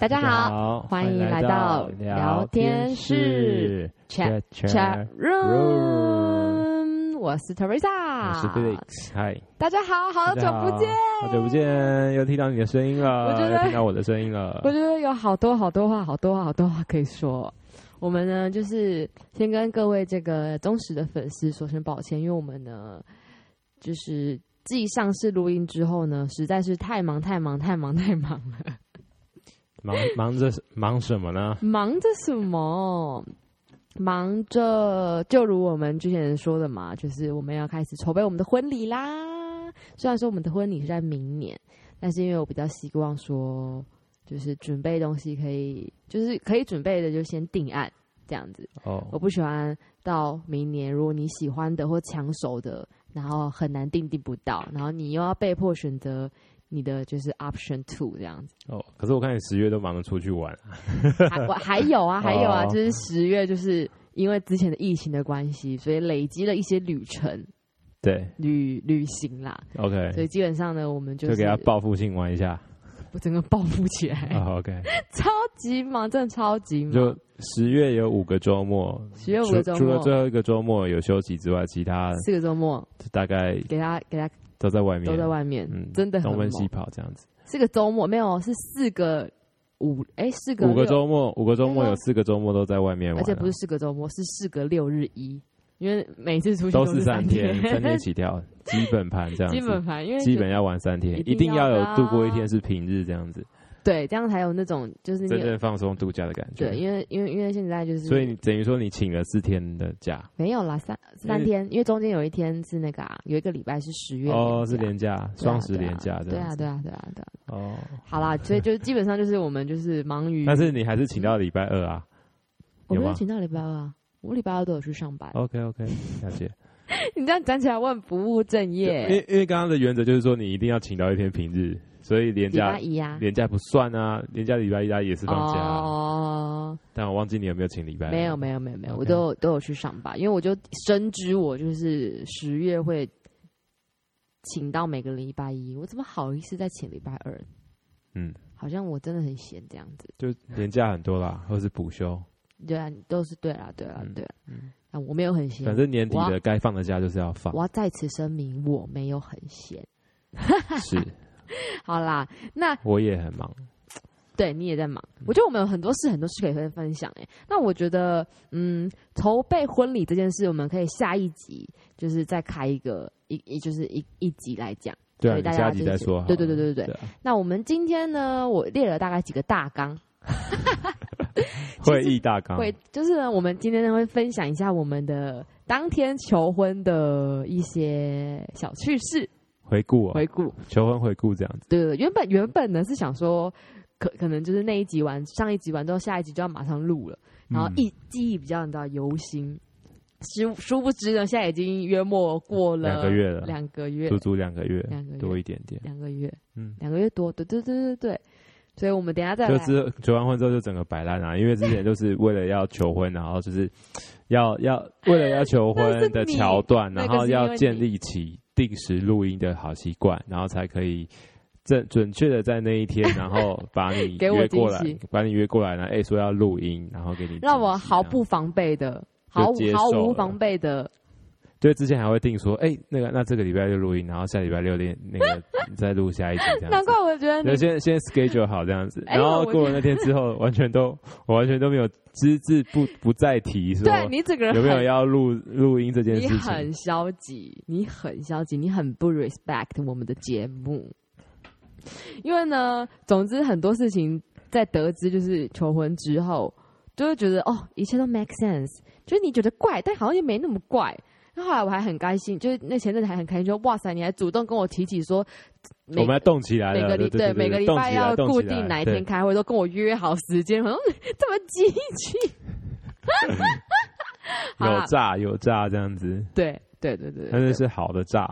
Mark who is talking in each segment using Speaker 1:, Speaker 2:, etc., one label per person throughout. Speaker 1: 大家好，
Speaker 2: 好
Speaker 1: 欢迎来到聊天室 Chat Chat Room，我是
Speaker 2: 我
Speaker 1: Teresa，
Speaker 2: 是
Speaker 1: 啊
Speaker 2: Felix，嗨，
Speaker 1: 大家好，好久不见，
Speaker 2: 好久不，见，又听到你的声音了，
Speaker 1: 我觉得
Speaker 2: 又听到我的声 音了
Speaker 1: 我，觉得有好多好多话，好多话，好多话可以说。我们呢，就是先跟各位这个忠实的粉丝说声抱歉，因为我们呢，就是继上次录音之后呢，实在是太忙太忙太忙太忙了，
Speaker 2: 忙忙着忙什么呢？
Speaker 1: 忙着什么？忙着，就如我们之前说的嘛，就是我们要开始筹备我们的婚礼啦。虽然说我们的婚礼是在明年，但是因为我比较希望说，就是准备东西可以，就是可以准备的就先定案这样子。我
Speaker 2: 哦，
Speaker 1: 不喜欢到明年，如果你喜欢的或抢手的，然后很难定定不到，然后你又要被迫选择你的就是 option two 这样子。
Speaker 2: 哦，可是我看你十月都忙着出去玩，
Speaker 1: 还我还有 啊，还有啊，
Speaker 2: 哦
Speaker 1: 就是十月，就是因为之前的疫情的关系，所以累积了一些旅程、
Speaker 2: 对
Speaker 1: 旅旅行啦。所
Speaker 2: ，OK，
Speaker 1: 以基本上呢，我们就是
Speaker 2: 就给他报复性玩一下
Speaker 1: 我整个报复起来，
Speaker 2: 哦 OK，
Speaker 1: 超级忙，真的超级忙。
Speaker 2: 就十月有五个周末，
Speaker 1: 十月五
Speaker 2: 除
Speaker 1: 个周
Speaker 2: 除了最
Speaker 1: 末，
Speaker 2: 后一个周末有休息之外，其他
Speaker 1: 四个周末
Speaker 2: 大概
Speaker 1: 给他给他
Speaker 2: 都在外面，
Speaker 1: 都在外面，
Speaker 2: 嗯
Speaker 1: 真的很
Speaker 2: 东
Speaker 1: 忙
Speaker 2: 奔。西跑这样子。
Speaker 1: 四个周末没有，是四个五哎、四个
Speaker 2: 五个
Speaker 1: 六
Speaker 2: 周末，五个周末
Speaker 1: 对啊
Speaker 2: 有四个周末都在外面玩
Speaker 1: 而
Speaker 2: 啊，
Speaker 1: 且不是四个周末，是四个六日一，因为每次出去
Speaker 2: 都
Speaker 1: 是
Speaker 2: 是三
Speaker 1: 天
Speaker 2: 天，，三天起跳，基本盘这样子，
Speaker 1: 基本盘，因为
Speaker 2: 基本要玩三天，
Speaker 1: 一
Speaker 2: 一
Speaker 1: 定
Speaker 2: 定
Speaker 1: 要
Speaker 2: 要
Speaker 1: 的
Speaker 2: 有
Speaker 1: 啊
Speaker 2: 度过一天是平日这样子，
Speaker 1: 对，这样才有那种就是你
Speaker 2: 真
Speaker 1: 有
Speaker 2: 正放松度假的感
Speaker 1: 啊对，
Speaker 2: 觉。
Speaker 1: 因为因为因为现在就是，
Speaker 2: 所以你等于说你请了四天的假，
Speaker 1: 没有啦，三三天，因为中间有一天是那个啊，有一个礼拜是十月
Speaker 2: 哦，是
Speaker 1: 连
Speaker 2: 连假，
Speaker 1: 对啊
Speaker 2: 双十连假这
Speaker 1: 对啊
Speaker 2: 样子，
Speaker 1: 对啊对啊对啊，
Speaker 2: 哦，
Speaker 1: 好啦， 所以就基本上就是我们就是忙于，
Speaker 2: 但是你还是请到礼拜二啊。
Speaker 1: 我没
Speaker 2: 有
Speaker 1: 有
Speaker 2: 吗哦
Speaker 1: 请到礼拜二啊，我礼拜二都有去上班。
Speaker 2: OK OK，了解。
Speaker 1: 你这样讲起来，我很不务正
Speaker 2: 因
Speaker 1: 业。
Speaker 2: 为因为刚刚的原则就是说你一定要请到一天平日，所以连
Speaker 1: 礼
Speaker 2: 假
Speaker 1: 拜一啊，
Speaker 2: 连假不算啊，连假礼拜一啊也是放假啊，
Speaker 1: 哦，
Speaker 2: 但我忘记你有没有请礼拜二
Speaker 1: 没有没有没有没有，
Speaker 2: OK
Speaker 1: 我都有都有去上班，因为我就深知我就是十月会请到每个礼拜一，我怎么好意思再请礼拜二？
Speaker 2: 嗯，
Speaker 1: 好像我真的很闲这样子。
Speaker 2: 就年假很多啦，或是补休，
Speaker 1: 对啊，都是对啦，对啦，
Speaker 2: 嗯
Speaker 1: 对啦。
Speaker 2: 嗯
Speaker 1: 啊，我没有很闲
Speaker 2: 反。正年底
Speaker 1: 我
Speaker 2: 的该放的假就是要放
Speaker 1: 我，要再次声明，我没有很闲。
Speaker 2: 是，
Speaker 1: 好啦，那
Speaker 2: 我也很忙，
Speaker 1: 对你也在忙，
Speaker 2: 嗯
Speaker 1: 我觉得我们有很多事，很多事可以分分享、欸。那我觉得，嗯，筹备婚礼这件事，我们可以下一集就是再开一个一一就是一一集来讲。
Speaker 2: 对啊，
Speaker 1: 所以
Speaker 2: 你
Speaker 1: 大
Speaker 2: 下
Speaker 1: 家
Speaker 2: 集
Speaker 1: 就是
Speaker 2: 再说好了，
Speaker 1: 对对对对对对。
Speaker 2: 啊，
Speaker 1: 那我们今天呢，我列了大概几个大纲，
Speaker 2: 会议大纲，
Speaker 1: 会就是呢，我们今天呢会分享一下我们的当天求婚的一些小趣事
Speaker 2: 回顾哦，
Speaker 1: 回顾。
Speaker 2: 求婚回顾这样子，
Speaker 1: 对对，对原本原本呢是想说，可可能就是那一集完，上一集完之后，下一集就要马上录了，然后
Speaker 2: 嗯
Speaker 1: 一、记忆比较你知道犹新，殊殊不知呢，现在已经约莫过了
Speaker 2: 两个月了
Speaker 1: 两个月
Speaker 2: 足，足两个月
Speaker 1: 两个月
Speaker 2: 多一点点，
Speaker 1: 两个月，
Speaker 2: 嗯，
Speaker 1: 两个月多，对对对对对，所以我们等一下再来
Speaker 2: 就，是求完婚之后就整个摆烂啊，因为之前就是为了要求婚，然后就是要要为了要求
Speaker 1: 那是
Speaker 2: 婚
Speaker 1: 你
Speaker 2: 的桥段，
Speaker 1: 那
Speaker 2: 然
Speaker 1: 个
Speaker 2: 后
Speaker 1: 是因
Speaker 2: 要
Speaker 1: 为
Speaker 2: 建
Speaker 1: 你
Speaker 2: 立起定时录音的好习惯，然后才可以正准确的在那一天，然后把你
Speaker 1: 给我
Speaker 2: 约过来
Speaker 1: 惊喜，
Speaker 2: 把你约过来，然后哎、说要录音，然后给你
Speaker 1: 让
Speaker 2: 惊
Speaker 1: 我
Speaker 2: 喜
Speaker 1: 毫
Speaker 2: 这样
Speaker 1: 不防备的。
Speaker 2: 就
Speaker 1: 毫无
Speaker 2: 接
Speaker 1: 毫
Speaker 2: 受
Speaker 1: 无
Speaker 2: 了
Speaker 1: 防备的，
Speaker 2: 对，之前还会定说，哎、那个那这个礼拜六录音，然后下礼拜六练那个 再录下一集这样子。
Speaker 1: 难怪我觉得
Speaker 2: 对，
Speaker 1: 你
Speaker 2: 先先 schedule 好这样子，
Speaker 1: 哎
Speaker 2: 然后
Speaker 1: 我
Speaker 2: 过了那天之 后，完全都我完全都没有只字不不再提说
Speaker 1: 对你整个人
Speaker 2: 有没有
Speaker 1: 很
Speaker 2: 要录录音这件
Speaker 1: 你
Speaker 2: 事情。
Speaker 1: 很消极，你很消极，你很不 respect 我们的节目。因为呢，总之很多事情在得知就是求婚之后，就会觉得哦，一切都 make sense，就是你觉得怪，但好像又没那么怪。那后来我还很开心，就是那前阵子还很开心，说哇塞，你还主动跟我提起说，每
Speaker 2: 我们要动起来
Speaker 1: 每
Speaker 2: 了，
Speaker 1: 个礼
Speaker 2: 对对，
Speaker 1: 每个礼
Speaker 2: 动
Speaker 1: 拜
Speaker 2: 起来
Speaker 1: 要
Speaker 2: 动起
Speaker 1: 固
Speaker 2: 来
Speaker 1: 定哪一
Speaker 2: 对
Speaker 1: 天开会，都跟我约好时间，好像 这么积 极。好啦
Speaker 2: 有炸有炸这样子，
Speaker 1: 对对对对，对
Speaker 2: 但是是好的炸，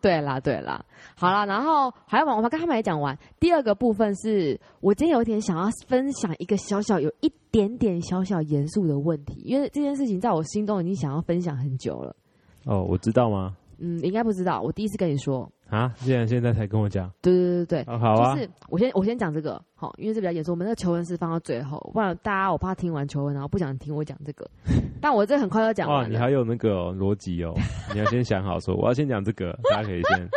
Speaker 1: 对啦，对啦，好啦，然后还有我们跟他们也讲完，第二个部分是我今天有一点想要分享一个小小有一点点小小严肃的问题，因为这件事情在我心中已经想要分享很久了。
Speaker 2: 哦，我知道吗？
Speaker 1: 嗯，应该不知道，我第一次跟你说，
Speaker 2: 啊！竟然现在才跟我讲，
Speaker 1: 对对对对，
Speaker 2: 啊好啊
Speaker 1: 就，是我先我先讲这个，好，因为这比较严肃，我们那个求婚是放到最后，不然大家我怕听完求婚然后不想听我讲这个，但我这很快就讲
Speaker 2: 哇，
Speaker 1: 完
Speaker 2: 你
Speaker 1: 了
Speaker 2: 还。有那个哦逻辑 哦，你要先想好说，我要先讲这个，大家可以先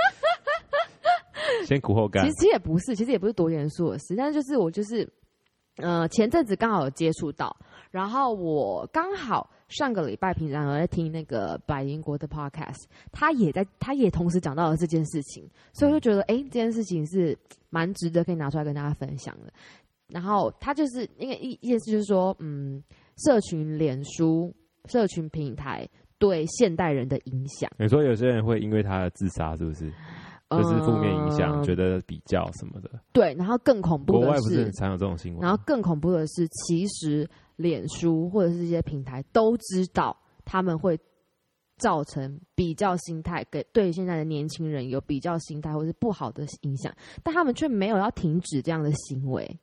Speaker 2: 先苦后
Speaker 1: 其
Speaker 2: 甘
Speaker 1: 实，其实也不是，其实也不是多严肃的事，但是就是我就是，呃，前阵子刚好有接触到，然后我刚好上个礼拜平常有在听那个百灵国的 podcast，他也在，他也同时讲到了这件事情，所以我就觉得，哎、
Speaker 2: 嗯
Speaker 1: 这件事情是蛮值得可以拿出来跟大家分享的。然后他就是因为一一件事就是说，嗯，社群脸书、社群平台对现代人的影响，
Speaker 2: 你说有些人会因为他的自杀，是不是？就是负面影响，
Speaker 1: 嗯
Speaker 2: 觉得比较什么的。
Speaker 1: 对，然后更恐怖
Speaker 2: 国
Speaker 1: 的
Speaker 2: 外不是很常有这种新闻吗？
Speaker 1: 然后更恐怖的是，其实脸书或者是这些平台都知道他们会造成比较心态给对现在的年轻人有比较心态或是不好的影响，但他们却没有要停止这样的行为。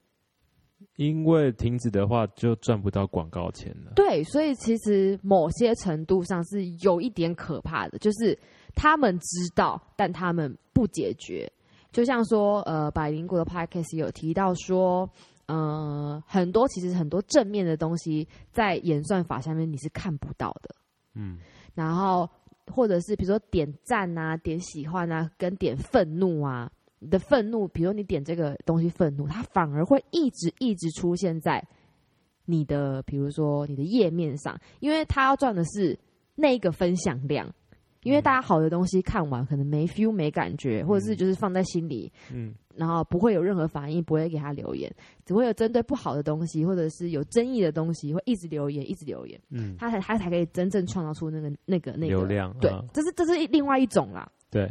Speaker 2: 因为停止的话，就赚不到广告钱了。
Speaker 1: 对，所以其实某些程度上是有一点可怕的，就是他们知道，但他们不解决。就像说，呃，百灵国的 podcast 有提到说，呃，很多其实很多正面的东西在演算法下面你是看不到的，
Speaker 2: 嗯，
Speaker 1: 然后或者是比如说点赞啊、点喜欢啊、跟点愤怒啊，你的愤怒，比如你点这个东西愤怒，它反而会一直一直出现在你的，比如说你的页面上，因为它要赚的是那一个分享量。因为大家好的东西看完可能没 feel 没感觉，或者是就是放在心里，
Speaker 2: 嗯，
Speaker 1: 然后不会有任何反应，不会给他留言，只会有针对不好的东西或者是有争议的东西会一直留言，一直留言，
Speaker 2: 嗯，
Speaker 1: 他才他才可以真正创造出那个那个那个
Speaker 2: 流量
Speaker 1: 对
Speaker 2: 啊，
Speaker 1: 这是这是另外一种啦。
Speaker 2: 对，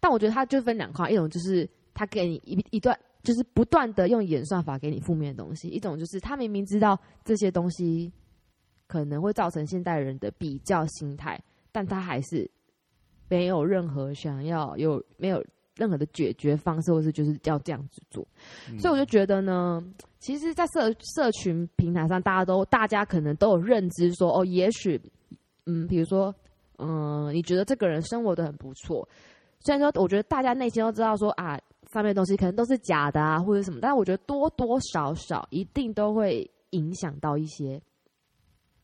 Speaker 1: 但我觉得它就分两块，一种就是他给你一一段，就是不断的用演算法给你负面的东西；一种就是他明明知道这些东西可能会造成现代人的比较心态，但他还是没有任何想要有没有任何的解决方式，或是就是要这样子做。
Speaker 2: 嗯
Speaker 1: 所以我就觉得呢，其实，在社社群平台上，大家都大家可能都有认知说，哦，也许，嗯，比如说，嗯，你觉得这个人生活的很不错，虽然说我觉得大家内心都知道说啊，上面的东西可能都是假的啊，或者什么，但我觉得多多少少一定都会影响到一些，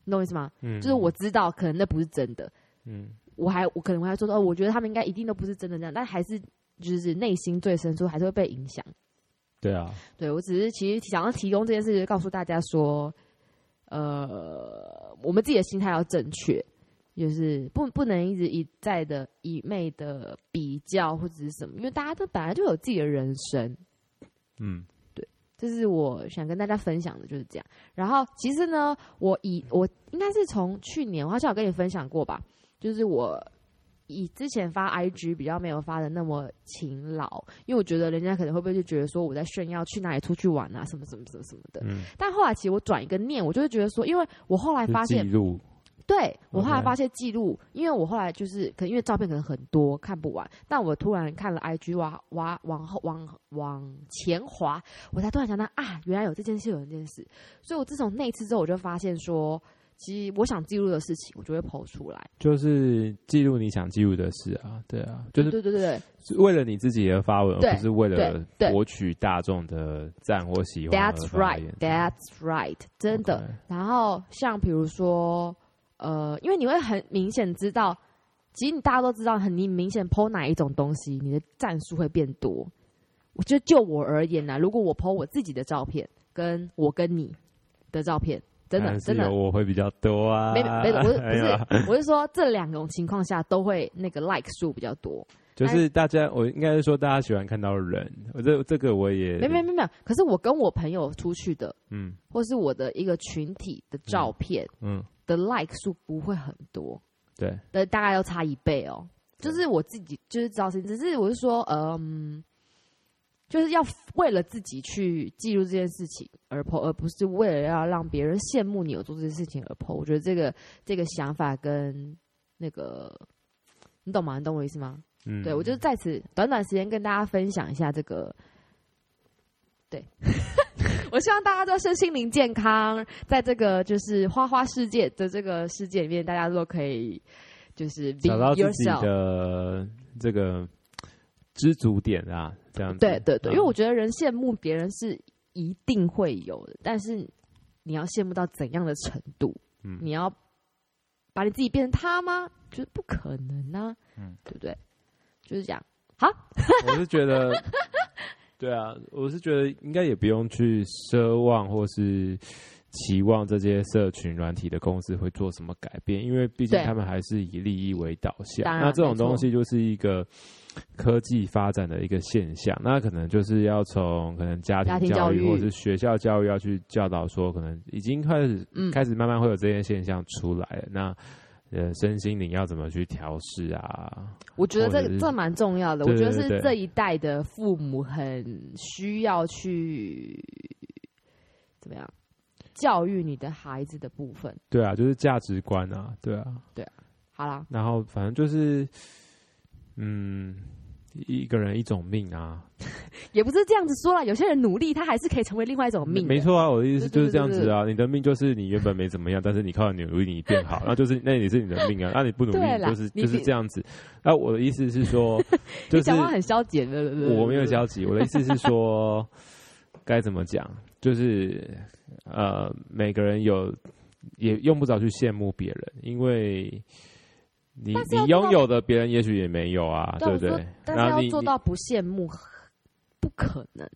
Speaker 1: 你懂我意思吗？
Speaker 2: 嗯
Speaker 1: 就是我，知道可能那不是真的，
Speaker 2: 嗯
Speaker 1: 我还我可能还说哦，我觉得他们应该一定都不是真的这样，但还是就是内心最深处还是会被影响。
Speaker 2: 对啊，
Speaker 1: 对我只是其实想要提供这件事，就是告诉大家说，呃，我们自己的心态要正确，就是不不能一直一再的一昧的比较或者是什么，因为大家都本来就有自己的人生，
Speaker 2: 嗯，
Speaker 1: 这是我想跟大家分享的，就是这样。然后其实呢，我以我应该是从去年，我好像有跟你分享过吧，就是我以之前发 IG 比较没有发的那么勤劳，因为我觉得人家可能会不会就觉得说我在炫耀去哪里出去玩啊，什么什么什么什么的。
Speaker 2: 嗯，
Speaker 1: 但后来其实我转一个念，我就会觉得说，因为我后来
Speaker 2: 就
Speaker 1: 发
Speaker 2: 记
Speaker 1: 现，
Speaker 2: 录，
Speaker 1: 对我后来
Speaker 2: OK
Speaker 1: 发现记录，因为我后来就是可能因为照片可能很多看不完，但我突然看了 IG 哇哇往后往往前滑，我才突然想到啊，原来有这件事有这件事，所以我自从那一次之后，我就发现说，其实我想记录的事情，我就会剖出来。
Speaker 2: 就是记录你想记录的事啊，对啊，就是
Speaker 1: 对对对对，
Speaker 2: 是为了你自己而发文，
Speaker 1: 对
Speaker 2: 而不是为了
Speaker 1: 对对
Speaker 2: 博取大众的赞或喜欢而
Speaker 1: That's
Speaker 2: 发言
Speaker 1: right, that's right，真的。
Speaker 2: OK
Speaker 1: 然后像比如说，呃，因为你会很明显知道，其实你大家都知道，很你明显剖哪一种东西，你的战术会变多。我觉得就我而言呢、如果我剖我自己的照片，跟我跟你的照片，真
Speaker 2: 当
Speaker 1: 的
Speaker 2: 然是
Speaker 1: 真的
Speaker 2: 有。我会比较多啊，
Speaker 1: 没没， 我是不
Speaker 2: 哎呀
Speaker 1: 是我是说这两种情况下都会那个 like 数比较多，哎
Speaker 2: 就是大家，我应该是说大家喜欢看到人，我这这个我也
Speaker 1: 没没没没有。可是我跟我朋友出去的，
Speaker 2: 嗯
Speaker 1: 或是我的一个群体的照片，
Speaker 2: 嗯，
Speaker 1: 的 like 数不会很多，
Speaker 2: 对，
Speaker 1: 但大概要差一倍哦。就是我自己就是知道事情，只是我是说，嗯，就是要为了自己去记录这件事情而 po，而不是为了要让别人羡慕你有做这件事情而 po。我觉得这个这个想法跟那个，你懂吗？你懂我意思吗？
Speaker 2: 嗯，
Speaker 1: 对我就是在此短短时间跟大家分享一下这个。对， 我希望大家都身心灵健康，在这个就是花花世界的这个世界里面，大家都可以就是 be
Speaker 2: 找到自己嗯
Speaker 1: yourself。
Speaker 2: 的这个知足点啊，这样子。
Speaker 1: 对对对，
Speaker 2: 嗯
Speaker 1: 因为我觉得人羡慕别人是一定会有的，但是你要羡慕到怎样的程度？
Speaker 2: 嗯
Speaker 1: 你要把你自己变成他吗？就是不可能啊，
Speaker 2: 嗯
Speaker 1: 对不对？就是这样。
Speaker 2: 我是觉 得，对啊，我是觉得应该也不用去奢望或是期望这些社群软体的公司会做什么改变，因为毕竟
Speaker 1: 对
Speaker 2: 他们还是以利益为导向。
Speaker 1: 当然
Speaker 2: 那这种
Speaker 1: 没错
Speaker 2: 东西就是一个科技发展的一个现象，那可能就是要从可能家
Speaker 1: 家
Speaker 2: 庭
Speaker 1: 庭
Speaker 2: 教
Speaker 1: 教
Speaker 2: 育
Speaker 1: 育
Speaker 2: 或者是学校教育要去教导说，可能已经开始
Speaker 1: 嗯，
Speaker 2: 开始慢慢会有这些现象出来了。那呃，身心灵要怎么去调试啊？
Speaker 1: 我觉得
Speaker 2: 或
Speaker 1: 这
Speaker 2: 者是
Speaker 1: 这蛮重要的。
Speaker 2: 对
Speaker 1: 我觉得
Speaker 2: 对对
Speaker 1: 是
Speaker 2: 对
Speaker 1: 这一代的父母很需要去怎么样教育你的孩子的部分。
Speaker 2: 对啊，就是价值观啊，对啊。
Speaker 1: 好啦，
Speaker 2: 然后反正就是，嗯，一个人一种命啊，
Speaker 1: 也不是这样子说啦，有些人努力，他还是可以成为另外一种命。
Speaker 2: 没，错啊。我的意思
Speaker 1: 对对
Speaker 2: 就是这样子啊，你的命就是你原本没怎么样，但是你靠你努力你变好， 那就是那也是你的命啊。那你不努力
Speaker 1: 对啦
Speaker 2: 就是
Speaker 1: 你
Speaker 2: 就是
Speaker 1: 你
Speaker 2: 这样子。那我的意思是说，
Speaker 1: 你
Speaker 2: 就是
Speaker 1: 讲话很消极，对对对对
Speaker 2: 我没有消极，我的意思是说，该怎么讲，就是呃，每个人有也用不着去羡慕别人，因为你
Speaker 1: 但是
Speaker 2: 你
Speaker 1: 要做到
Speaker 2: 拥有的别人也许也没有啊，
Speaker 1: 对
Speaker 2: 对不
Speaker 1: 我
Speaker 2: 对
Speaker 1: 说？但
Speaker 2: 然后
Speaker 1: 是
Speaker 2: 你
Speaker 1: 要做
Speaker 2: 你
Speaker 1: 到不羡慕，不可能。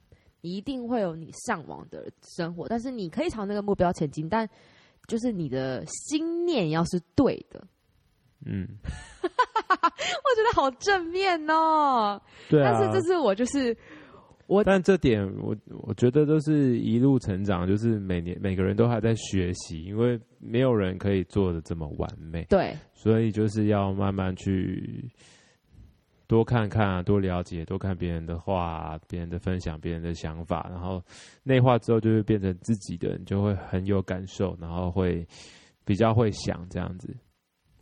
Speaker 1: 你一定会有你向往的生活，但是你可以朝那个目标前进，但就是你的心念要是对的。
Speaker 2: 嗯，
Speaker 1: 我觉得好正面哦，
Speaker 2: 对啊。
Speaker 1: 但是这是我就是
Speaker 2: 但这点我我觉得都是一路成长，就是每年每个人都还在学习，因为没有人可以做的这么完美。
Speaker 1: 对
Speaker 2: 所以就是要慢慢去多看看啊，多了解，多看别人的话啊、别人的分享、别人的想法，然后内化之后就会变成自己的，你就会很有感受，然后会比较会想这样子，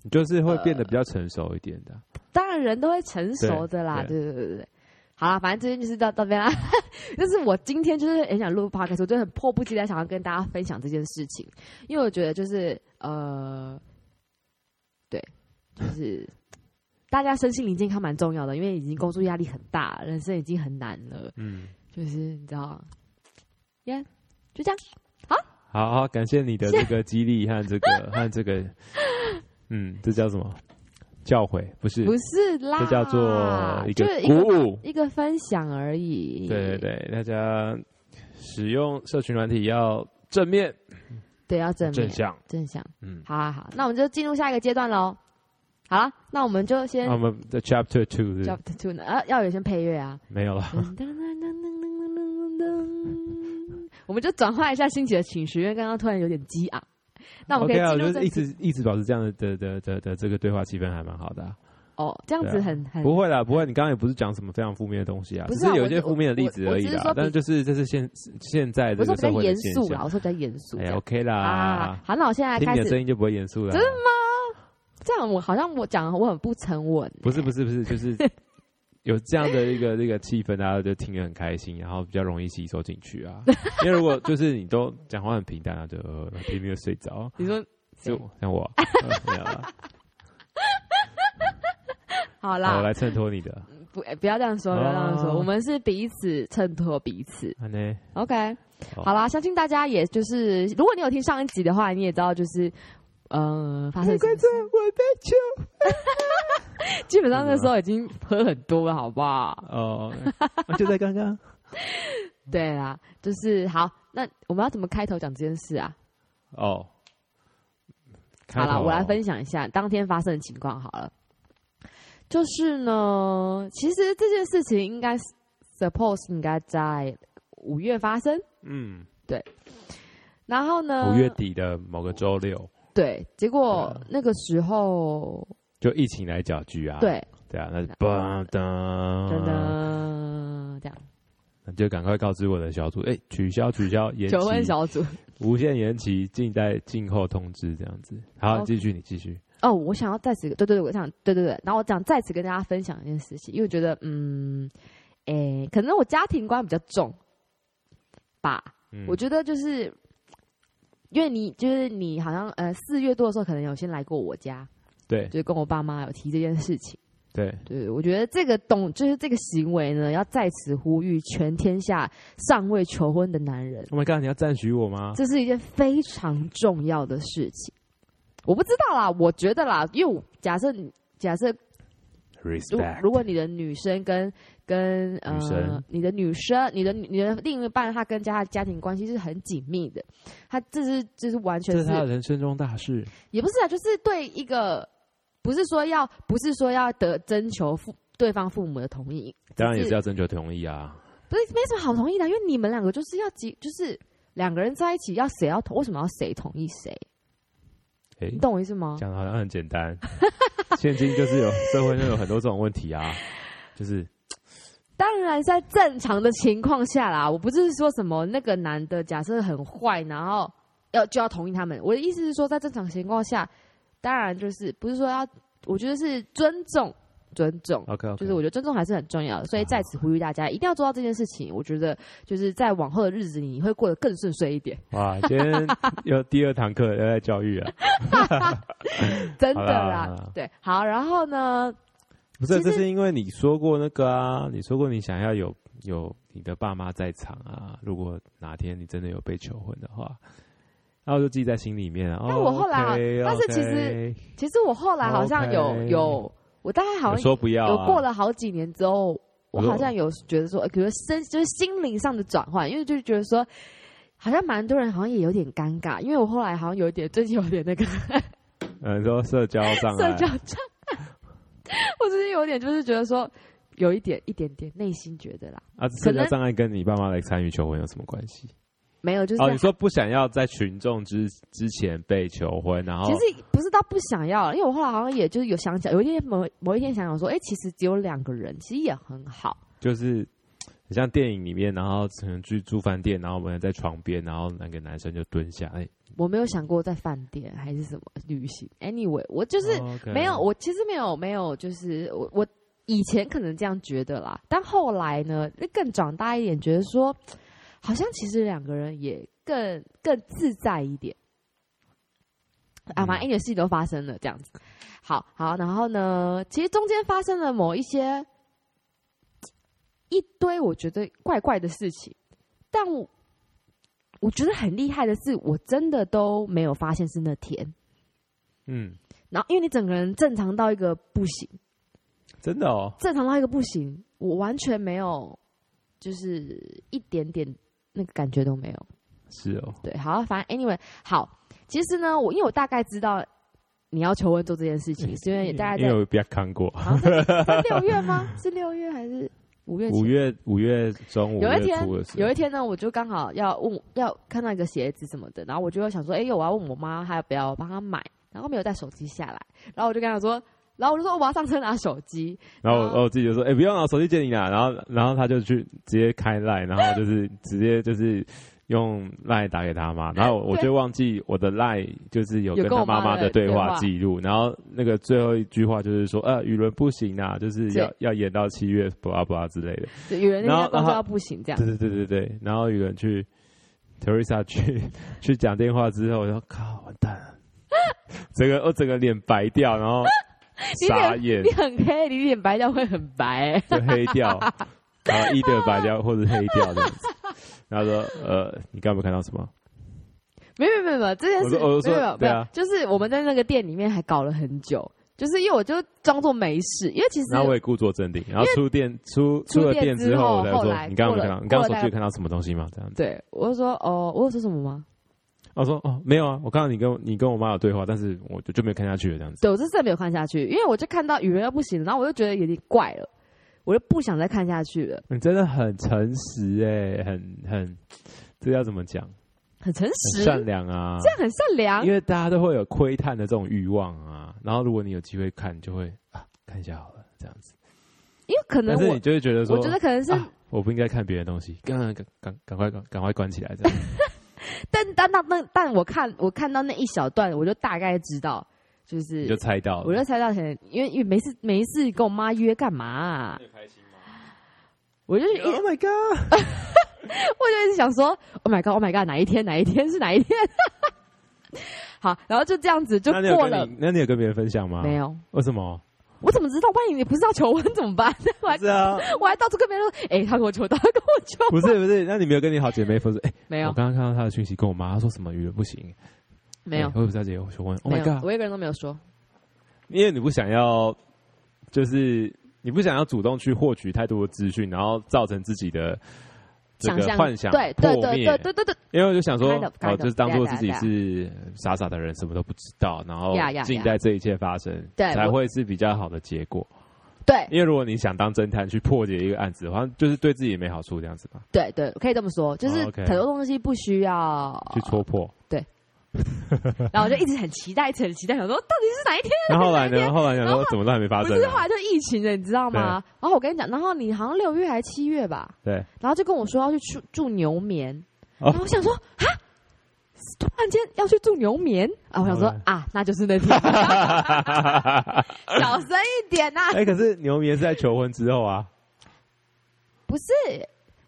Speaker 2: 你就是会变得比较成熟一点的。啊
Speaker 1: 当然人都会成熟的啦，
Speaker 2: 对
Speaker 1: 对对对对对。好啦，反正今天就是到到这边啦。 但是我今天就是很想录 podcast，我就很迫不及待想要跟大家分享这件事情，因为我觉得就是呃，对，就是大家身心灵健康蛮重要的，因为已经工作压力很大，人生已经很难了，
Speaker 2: 嗯，
Speaker 1: 就是你知道，耶、就这样。
Speaker 2: 好好，感谢你的这个激励和这 个和这个，嗯，这叫什么？教诲不是，
Speaker 1: 不是啦，
Speaker 2: 这叫做一
Speaker 1: 就
Speaker 2: 个
Speaker 1: 是一
Speaker 2: 鼓
Speaker 1: 个
Speaker 2: 舞。
Speaker 1: 一个分享而已。
Speaker 2: 对对对，大家使用社群软体要正面、
Speaker 1: 对，要正面
Speaker 2: 正向。
Speaker 1: 正向。
Speaker 2: 嗯，
Speaker 1: 好啊好，那我们就进入下一个阶段喽。好了，那我们就先
Speaker 2: 那啊我们的 Chapter Two 是不是
Speaker 1: Chapter Two 呢，呃，要有先配乐啊。
Speaker 2: 没有了。
Speaker 1: 噔噔噔噔噔噔噔噔我们就转换一下心情的情绪，因为刚刚突然有点激昂。那我们可
Speaker 2: OK 啊，
Speaker 1: 以
Speaker 2: 我
Speaker 1: 进
Speaker 2: 觉
Speaker 1: 入
Speaker 2: 得一
Speaker 1: 正
Speaker 2: 直一直保持这样的的的的的这个对话气氛还蛮好的啊、
Speaker 1: 哦，这样子
Speaker 2: 对啊
Speaker 1: 很很
Speaker 2: 不会啦，不会，你刚刚也不是讲什么非常负面的东西啊，
Speaker 1: 不
Speaker 2: 只
Speaker 1: 是啊
Speaker 2: 是有一
Speaker 1: 我
Speaker 2: 些负面的例子
Speaker 1: 我我
Speaker 2: 而已
Speaker 1: 只是
Speaker 2: 啦
Speaker 1: 说。比
Speaker 2: 但是就是这是现现在
Speaker 1: 我
Speaker 2: 这
Speaker 1: 说
Speaker 2: 个
Speaker 1: 比较
Speaker 2: 社会的
Speaker 1: 严
Speaker 2: 现
Speaker 1: 肃啦，
Speaker 2: 象
Speaker 1: 我。说比较严肃这
Speaker 2: 哎
Speaker 1: 样
Speaker 2: ，OK 啦
Speaker 1: 啊。，好，那我现在
Speaker 2: 听
Speaker 1: 开
Speaker 2: 你的
Speaker 1: 始
Speaker 2: 声音就不会严肃了。啊
Speaker 1: 真的这样，我好像我讲得我很不沉稳欸，
Speaker 2: 不是不是不是，就是 有这样的一个这个气氛，大家就听得很开心，然后比较容易吸收进 去啊。因为如果就是你都讲话很平淡啊，就呃拼命的睡着，
Speaker 1: 你说
Speaker 2: 就
Speaker 1: 谁
Speaker 2: 像我，呃没有啦
Speaker 1: 好
Speaker 2: 好我
Speaker 1: 啦，
Speaker 2: 来衬托你的。
Speaker 1: 不哎不要这样说，不要这样说，
Speaker 2: 哦
Speaker 1: 我们是彼此衬托彼此。
Speaker 2: 安呢，
Speaker 1: OK，
Speaker 2: 好
Speaker 1: 好啦，相信大家也就是，如果你有听上一集的话，你也知道就是，呃，发生什么事
Speaker 2: 我在求
Speaker 1: 基本上那时候已经喝很多了，好不好？
Speaker 2: 哦，就在刚刚。
Speaker 1: 对啦，就是好，那我们要怎么开头讲这件事啊？
Speaker 2: 哦，啊
Speaker 1: 好
Speaker 2: 了，
Speaker 1: 啦，我来分享一下当天发生的情况好了。就是呢，其实这件事情应该是 suppose 应该在五月发生，
Speaker 2: 嗯，
Speaker 1: 然后呢，
Speaker 2: 五月嗯底的某个周六，
Speaker 1: 对，结果那个时候，
Speaker 2: 就疫情来搅局啊。
Speaker 1: 对，
Speaker 2: 对啊，那就噔噔
Speaker 1: 真的这样，
Speaker 2: 那就赶快告知我的小组，哎、取消取消，延
Speaker 1: 求婚
Speaker 2: 期，
Speaker 1: 小组。
Speaker 2: 无限延期，静待静候通知，这样子。好，
Speaker 1: OK
Speaker 2: 你继续，你继续。
Speaker 1: 哦，我想要在此对对对，我想对对对，然后我想在此跟大家分享一件事情，因为我觉得嗯，诶、可能我家庭观比较重吧，
Speaker 2: 嗯
Speaker 1: 我觉得就是因为你就是你好像呃四月多的时候，可能有先来过我家，
Speaker 2: 对
Speaker 1: 就是跟我爸妈有提这件事情，
Speaker 2: 对，
Speaker 1: 对，我觉得这个懂就是这个行为呢，要在此呼吁全天下尚未求婚的男人，
Speaker 2: Oh my god，你要赞许我吗？
Speaker 1: 这是一件非常重要的事情。我不知道啦，我觉得啦，因为我假设你假设如
Speaker 2: respect，
Speaker 1: 如果你的女生跟跟
Speaker 2: 女
Speaker 1: 呃
Speaker 2: 生
Speaker 1: 你的女生你的女你的另一半，他跟家家庭关系是很紧密的，他这是这是完全
Speaker 2: 这
Speaker 1: 是
Speaker 2: 是他的人生中大事。
Speaker 1: 也不是啊，就是对一个不是说要不是说要得征求父对方父母的同意，
Speaker 2: 当然也是要征求同意啊。
Speaker 1: 不是没什么好同意的，因为你们两个就是要几就是两个人在一起要谁要同为什么要谁同意谁，
Speaker 2: 哎、
Speaker 1: 你懂我意思吗？
Speaker 2: 讲的好像很简单， 现今就是有社会上有很多这种问题啊，就是
Speaker 1: 当然是在正常的情况下啦，我不是说什么那个男的假设很坏，然后要就要同意他们。我的意思是说，在正常情况下，当然就是不是说要，我觉得是尊重，尊重。
Speaker 2: OK 啊 OK，
Speaker 1: 就是我觉得尊重还是很重要的，所以在此呼吁大家一定要做到这件事情。我觉得就是在往后的日子里，你会过得更顺遂一点，
Speaker 2: 哇，今天又第二堂课又在教育啊，
Speaker 1: 真的
Speaker 2: 好啦好
Speaker 1: 啦
Speaker 2: 啦。
Speaker 1: 对，好，然后呢，
Speaker 2: 不是，
Speaker 1: 其实
Speaker 2: 这是因为你说过那个啊，你说过你想要有有你的爸妈在场啊，如果哪天你真的有被求婚的话，然后就记在心里面啊。
Speaker 1: 但
Speaker 2: 哦
Speaker 1: 我后来好
Speaker 2: OK，
Speaker 1: 但是其实
Speaker 2: OK
Speaker 1: 其实我后来好像有
Speaker 2: OK
Speaker 1: 有，我大概好
Speaker 2: 有
Speaker 1: 像
Speaker 2: 说不要、啊，哦
Speaker 1: 有过了好几年之后，我
Speaker 2: 我说
Speaker 1: 好像有觉得说，呃比如说身就是心灵上的转换，因为就觉得说，好像蛮多人好像也有点尴尬，因为我后来好像有一点最近有点 那个
Speaker 2: 嗯，说社交 障
Speaker 1: 社
Speaker 2: 碍，
Speaker 1: 交障，我最近有点就是觉得说。有一点一点点内心觉得啦，
Speaker 2: 啊，
Speaker 1: 可
Speaker 2: 社
Speaker 1: 能
Speaker 2: 交障碍跟你爸妈来参与求婚有什么关系？
Speaker 1: 没有就是、
Speaker 2: 哦，你说不想要在群众之之前被求婚，然后
Speaker 1: 其实不是到不想要，因为我后来好像也就是有想想，有一天某某一天想想说，哎、其实只有两个人，其实也很好。
Speaker 2: 就是很像电影里面，然后可能去住饭店，然后我们在床边，然后那个男生就蹲下，哎、
Speaker 1: 我没有想过在饭店还是什么旅行。Anyway，我就是
Speaker 2: 是
Speaker 1: 没有，我其实没有没有，就是我我以前可能这样觉得啦，但后来呢，更长大一点，觉得说，好像其实两个人也更更自在一点。啊，
Speaker 2: 嗯
Speaker 1: 反正一点事情都发生了，这样子。好好，然后呢，其实中间发生了某一些一堆我觉得怪怪的事情，但我我觉得很厉害的是，我真的都没有发现是那天。
Speaker 2: 嗯，
Speaker 1: 然后因为你整个人正常到一个不行，
Speaker 2: 真的哦，
Speaker 1: 正常到一个不行，我完全没有，就是一点点那个感觉都没有。
Speaker 2: 是哦，
Speaker 1: 对，好，反正 anyway，好，其实呢，我因为我大概知道你要求婚做这件事情，是因为大概
Speaker 2: 因为
Speaker 1: 在
Speaker 2: 我比较看过，
Speaker 1: 好像在在六月吗？ 是六月还是五月前？
Speaker 2: 五月五月中午
Speaker 1: 有一天
Speaker 2: 初的时，候，
Speaker 1: 有一天呢，我就刚好要问，要看到一个鞋子什么的，然后我就想说，哎、我要问我妈，她要不要帮她买，然后没有带手机下来，然后我就跟她说，然后我就说哦我要上车拿手机，
Speaker 2: 然后
Speaker 1: 然
Speaker 2: 我
Speaker 1: 后
Speaker 2: 我自己就说，哎、不用了，手机借你啦。然后然后他就去直接开 line，然后就是直接就是用 line 打给他 妈，然后我
Speaker 1: 对
Speaker 2: 就忘记我的 line 就是有
Speaker 1: 有
Speaker 2: 跟
Speaker 1: 跟
Speaker 2: 他
Speaker 1: 我妈
Speaker 2: 妈妈
Speaker 1: 的
Speaker 2: 的对
Speaker 1: 对
Speaker 2: 话
Speaker 1: 话
Speaker 2: 记录，然后那个最后一句话就是说，呃，语伦不行啊，就是要
Speaker 1: 对
Speaker 2: 要延到七月，不啊不啊之类的。
Speaker 1: 就有人那
Speaker 2: 然
Speaker 1: 边
Speaker 2: 后
Speaker 1: 光说
Speaker 2: 然后
Speaker 1: 要不行这样
Speaker 2: 对，对对对对，然后语伦去 Teresa 去 去讲电话之后，我说靠，完蛋了，整个我哦整个脸白掉，然后
Speaker 1: 你脸
Speaker 2: 傻 眼
Speaker 1: 你，很黑，你脸白掉会很白、欸
Speaker 2: 就黑 掉，然后一的白掉或者黑掉这样子。然后说，呃，你刚刚有没有看到什么？
Speaker 1: 没有没有没有，这件事
Speaker 2: 我说我说
Speaker 1: 没有没有没
Speaker 2: 对
Speaker 1: 有、
Speaker 2: 啊
Speaker 1: 就是我们在那个店里面还搞了很久，就是因为我就装作没事，因为其实
Speaker 2: 然后我也故作镇定。然后出店出
Speaker 1: 出
Speaker 2: 出了
Speaker 1: 店
Speaker 2: 店
Speaker 1: 之
Speaker 2: 之
Speaker 1: 后
Speaker 2: 后，我才
Speaker 1: 后
Speaker 2: 说
Speaker 1: 来，
Speaker 2: 你刚刚有没
Speaker 1: 过
Speaker 2: 有看
Speaker 1: 了
Speaker 2: 到？你刚
Speaker 1: 过
Speaker 2: 刚
Speaker 1: 了
Speaker 2: 手
Speaker 1: 大
Speaker 2: 机
Speaker 1: 概
Speaker 2: 有看到什么东西吗？这样子。
Speaker 1: 对我就说哦，我有说什么吗？
Speaker 2: 我说哦，没有啊，我看到你跟我你跟我妈有对话，但是我就就没有看下去了这样子。
Speaker 1: 对，我是真的没有看下去，因为我就看到雨人要不行了，然后我就觉得有点怪了，我就不想再看下去了，
Speaker 2: 你真的很诚实哎、很很，这要怎么讲？
Speaker 1: 很诚
Speaker 2: 很
Speaker 1: 实，
Speaker 2: 善良啊，
Speaker 1: 这样很善良
Speaker 2: 因。为大家都会有窥探的这种欲望啊。然后如果你有机会看，就会啊看一下好了这样子。
Speaker 1: 因为可能
Speaker 2: 但是
Speaker 1: 我
Speaker 2: 你就会觉得说，
Speaker 1: 我觉得可能是，
Speaker 2: 啊我不应该看别的东西，赶赶赶赶快赶赶快关起来这样。
Speaker 1: 但但但但但我看我看到那一小段，我就大概知道，就
Speaker 2: 你
Speaker 1: 是
Speaker 2: 就猜到了，
Speaker 1: 我就猜到可能因为因为没事没事跟我妈约干嘛啊、我就是一
Speaker 2: Oh my god！
Speaker 1: 我就一直想说，Oh my god，Oh my god，哪一天哪一天是哪一天？ 好，然后就这样子就
Speaker 2: 那你有
Speaker 1: 过
Speaker 2: 跟
Speaker 1: 了
Speaker 2: 你，那你有跟别人分享吗？
Speaker 1: 没，有，
Speaker 2: 为什么？
Speaker 1: 我怎么知道？万一你不是要求婚怎么办？ 我还
Speaker 2: 是啊，
Speaker 1: 我还到处跟别人说，哎、他跟我求到，他跟我求，
Speaker 2: 不是不是，那你没有跟你好姐妹分手？哎、
Speaker 1: 没有
Speaker 2: 我刚刚看到她的讯息，跟我妈她说什么语言不行，
Speaker 1: 没有
Speaker 2: 哎我也不知道结婚求婚。Oh
Speaker 1: 没
Speaker 2: my
Speaker 1: 有，
Speaker 2: god！
Speaker 1: 我一个人都没有说。
Speaker 2: 因为你不想要，就是你不想要主动去获取太多的资讯，然后造成自己的这
Speaker 1: 想
Speaker 2: 个
Speaker 1: 象
Speaker 2: 幻想
Speaker 1: 对对
Speaker 2: 破
Speaker 1: 对
Speaker 2: 灭
Speaker 1: 对对对对，
Speaker 2: 因为我就想说
Speaker 1: Kind of,
Speaker 2: 哦，
Speaker 1: kind of,
Speaker 2: 就是当做自己
Speaker 1: yeah, yeah,
Speaker 2: 是傻傻的人，什么都不知道，然后
Speaker 1: Yeah, yeah,
Speaker 2: 静待这一切发生，
Speaker 1: 对
Speaker 2: 才
Speaker 1: 我
Speaker 2: 会是比较好的结果。
Speaker 1: 对
Speaker 2: 因为如果你想当侦探去破解一个案子的话，就是对自己也没好处，这样子嘛，
Speaker 1: 对对，可以这么说，就是
Speaker 2: 哦，OK
Speaker 1: 很多东西不需要
Speaker 2: 去戳破。
Speaker 1: 然后我就一直很期待，一直很期待，想说到底是哪一天？
Speaker 2: 那后来 呢？后来想
Speaker 1: 然
Speaker 2: 说
Speaker 1: 后
Speaker 2: 怎么都还没发
Speaker 1: 哦不
Speaker 2: 生
Speaker 1: 是，后
Speaker 2: 啊，
Speaker 1: 来就疫情了，你知道吗？然后我跟你讲，然后你好像六月还七月吧，
Speaker 2: 对，
Speaker 1: 然后就跟我说要去住住牛棉，
Speaker 2: 哦
Speaker 1: 然后我想说啊，突然间要去住牛棉啊，我想说
Speaker 2: 然后呢
Speaker 1: 啊，那就是那 天，小声一点啊呐、
Speaker 2: 哎、可是牛眠是在求婚之后啊，
Speaker 1: 不是。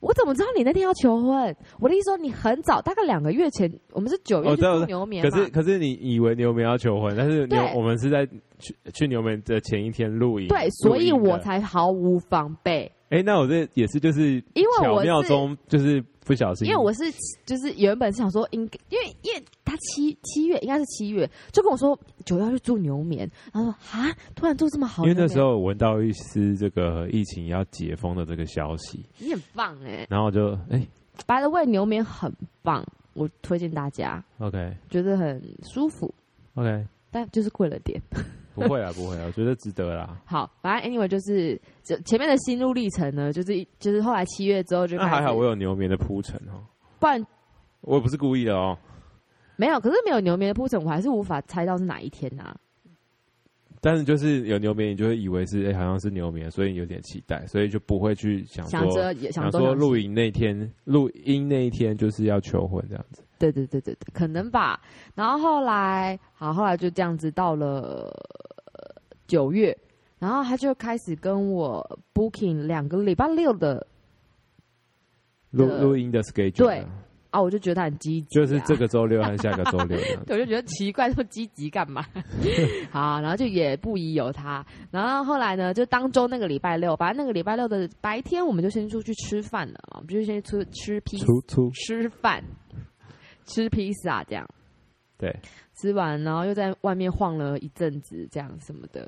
Speaker 1: 我怎么知道你那天要求婚？我的意思说，你很早，大概两个月前，我们是九月
Speaker 2: 哦
Speaker 1: 去
Speaker 2: 对我
Speaker 1: 住
Speaker 2: 知道
Speaker 1: 牛棉
Speaker 2: 可
Speaker 1: 嘛？
Speaker 2: 是可是你以为牛眠要求婚，但是牛
Speaker 1: 对
Speaker 2: 我们是在去去牛眠的前一天录影，
Speaker 1: 对，所以
Speaker 2: 录影的
Speaker 1: 我才毫无防备，
Speaker 2: 哎、那我这也是就是
Speaker 1: 因为
Speaker 2: 巧
Speaker 1: 我
Speaker 2: 妙
Speaker 1: 是
Speaker 2: 中就是不小心，
Speaker 1: 因为我是就是原本是想说应该，因为因为他七七月应该是七月，就跟我说九月要去住牛眠，然后说啊，突然住这么好
Speaker 2: 因
Speaker 1: 的牛
Speaker 2: 为那
Speaker 1: 眠，
Speaker 2: 时候我闻到一丝这个疫情要解封的这个消息，
Speaker 1: 你很棒哎、
Speaker 2: 然后我就哎、
Speaker 1: 白的味牛眠很棒，我推荐大家，
Speaker 2: o k
Speaker 1: 觉得很舒服，
Speaker 2: OK，
Speaker 1: 但就是贵了点。
Speaker 2: 不 会啦，不会啦，我觉得值得啦。
Speaker 1: 好，反正 anyway 就是这前面的心路历程呢，就是就是后来七月之后就
Speaker 2: 那
Speaker 1: 开始，
Speaker 2: 还好我有牛眠的铺陈哦，
Speaker 1: 不然
Speaker 2: 我也不是故意的哦，
Speaker 1: 没有，可是没有牛眠的铺陈，我还是无法猜到是哪一天啊。
Speaker 2: 但是就是有牛眠，你就会以为是哎、好像是牛眠，所以有点期待，所以就不会去想说
Speaker 1: 想着也
Speaker 2: 想
Speaker 1: 说
Speaker 2: 说录影那天录音那一天就是要求婚这样子。
Speaker 1: 对对对对对，可能吧。然后后来，好，后来就这样子到了呃九月，然后他就开始跟我 booking 两个礼拜六的
Speaker 2: 录
Speaker 1: 对
Speaker 2: 录音的 schedule
Speaker 1: 对
Speaker 2: 啊
Speaker 1: 啊，我就觉得他很积极啊、
Speaker 2: 就是这个周六和下个周六 这样子
Speaker 1: 对，我就觉得奇怪，这么积极干嘛？好，然后就也不疑有他。然后后来呢，就当周那个礼拜六，反正那个礼拜六的白天，我们就先出去吃饭了，我们就先出吃披
Speaker 2: 出出
Speaker 1: 吃饭，吃披萨这样。
Speaker 2: 对，
Speaker 1: 吃完，然后又在外面晃了一阵子，这样什么的，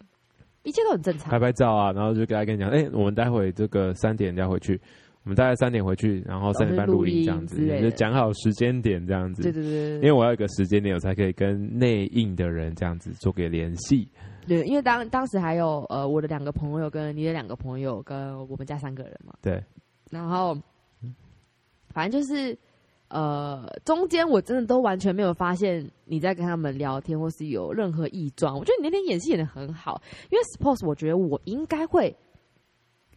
Speaker 1: 一切都很正常
Speaker 2: 拍。拍照啊，然后就跟他跟你讲，哎、我们待会这个三点要回去，我们大概三点回去，然后三点半录音这样子，
Speaker 1: 然后就录音之类
Speaker 2: 就
Speaker 1: 的
Speaker 2: 讲好时间点这样子。
Speaker 1: 对对对
Speaker 2: 因
Speaker 1: 对
Speaker 2: 为我要有一个时间点，我才可以跟内应的人这样子做个联系。
Speaker 1: 对，因为当当时还有呃我的两个朋友跟你的两个朋友跟我们家三个人嘛，
Speaker 2: 对，
Speaker 1: 然后反正就是呃中间我真的都完全没有发现你在跟他们聊天或是有任何异状，我觉得你那天演戏演的很好，因为 suppose 我觉得我应该会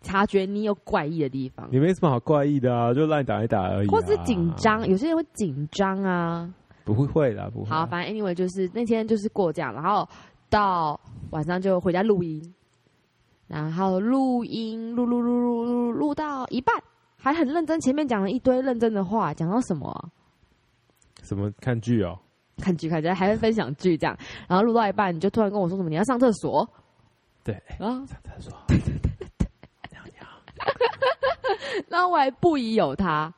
Speaker 1: 察觉你有怪异的地方，
Speaker 2: 你没什么好怪异的啊，就乱打一打而已、啊。
Speaker 1: 或是紧张，，有些人会紧张啊。
Speaker 2: 不会会啦，不会。啊
Speaker 1: 好，反正 anyway 就是那天就是过这样，然后到晚上就回家录音，然后录音录录录录录录到一半，还很认真，前面讲了一堆认真的话，讲到什么啊、
Speaker 2: 什么看剧哦、
Speaker 1: 看剧看剧，还会分享剧这样，然后录到一半你就突然跟我说什么你要上厕所，
Speaker 2: 对，
Speaker 1: 然后
Speaker 2: 上厕所。啊对对对对对。
Speaker 1: 然后我还不疑有他，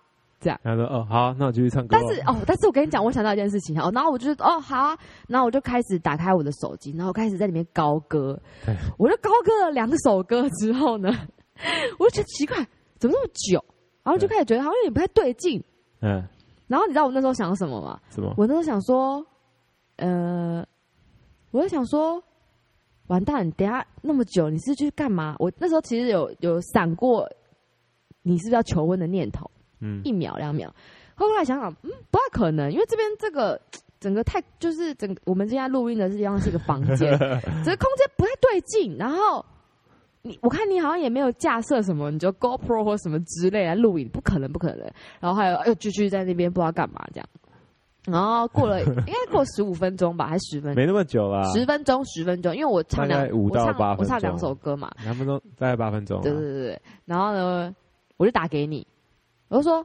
Speaker 2: 他说：“哦，好，那我继续唱歌
Speaker 1: 但
Speaker 2: 咯。”
Speaker 1: 是哦，但是我跟你讲，我想到一件事情哦，然后我就哦好啊，然后我就开始打开我的手机，然后开始在里面高歌
Speaker 2: 对，
Speaker 1: 我就高歌了两首歌之后呢， 我就觉得奇怪，怎么那么久？然后就
Speaker 2: 对
Speaker 1: 开始觉得好像有点不太对劲。
Speaker 2: 嗯，
Speaker 1: 然后你知道我那时候想什么吗？
Speaker 2: 什么？
Speaker 1: 我那时候想说，呃，我就想说，完蛋，等一下那么久，你是去干嘛？我那时候其实有有闪过，你是不是要求婚的念头？
Speaker 2: 嗯，
Speaker 1: 一秒两秒。后来想想，嗯，不太可能，因为这边这个整个太就是整个我们现在录音的地方是一个房 间，只是空间不太对劲。然后你我看你好像也没有架设什么，你就 GoPro 或什么之类来录影，不可能不可能。然后还有又继续在那边不知道干嘛这样。然后过了应该过十五分钟吧，还是十分
Speaker 2: 没那么久啊啦，
Speaker 1: 十分钟十分钟，因为我唱
Speaker 2: 大
Speaker 1: 两
Speaker 2: 概五到
Speaker 1: 我唱
Speaker 2: 八分
Speaker 1: 我唱
Speaker 2: 钟
Speaker 1: 两首歌嘛，
Speaker 2: 两分钟，大概八分钟啊。
Speaker 1: 对对对对，然后呢，我就打给你，我就说，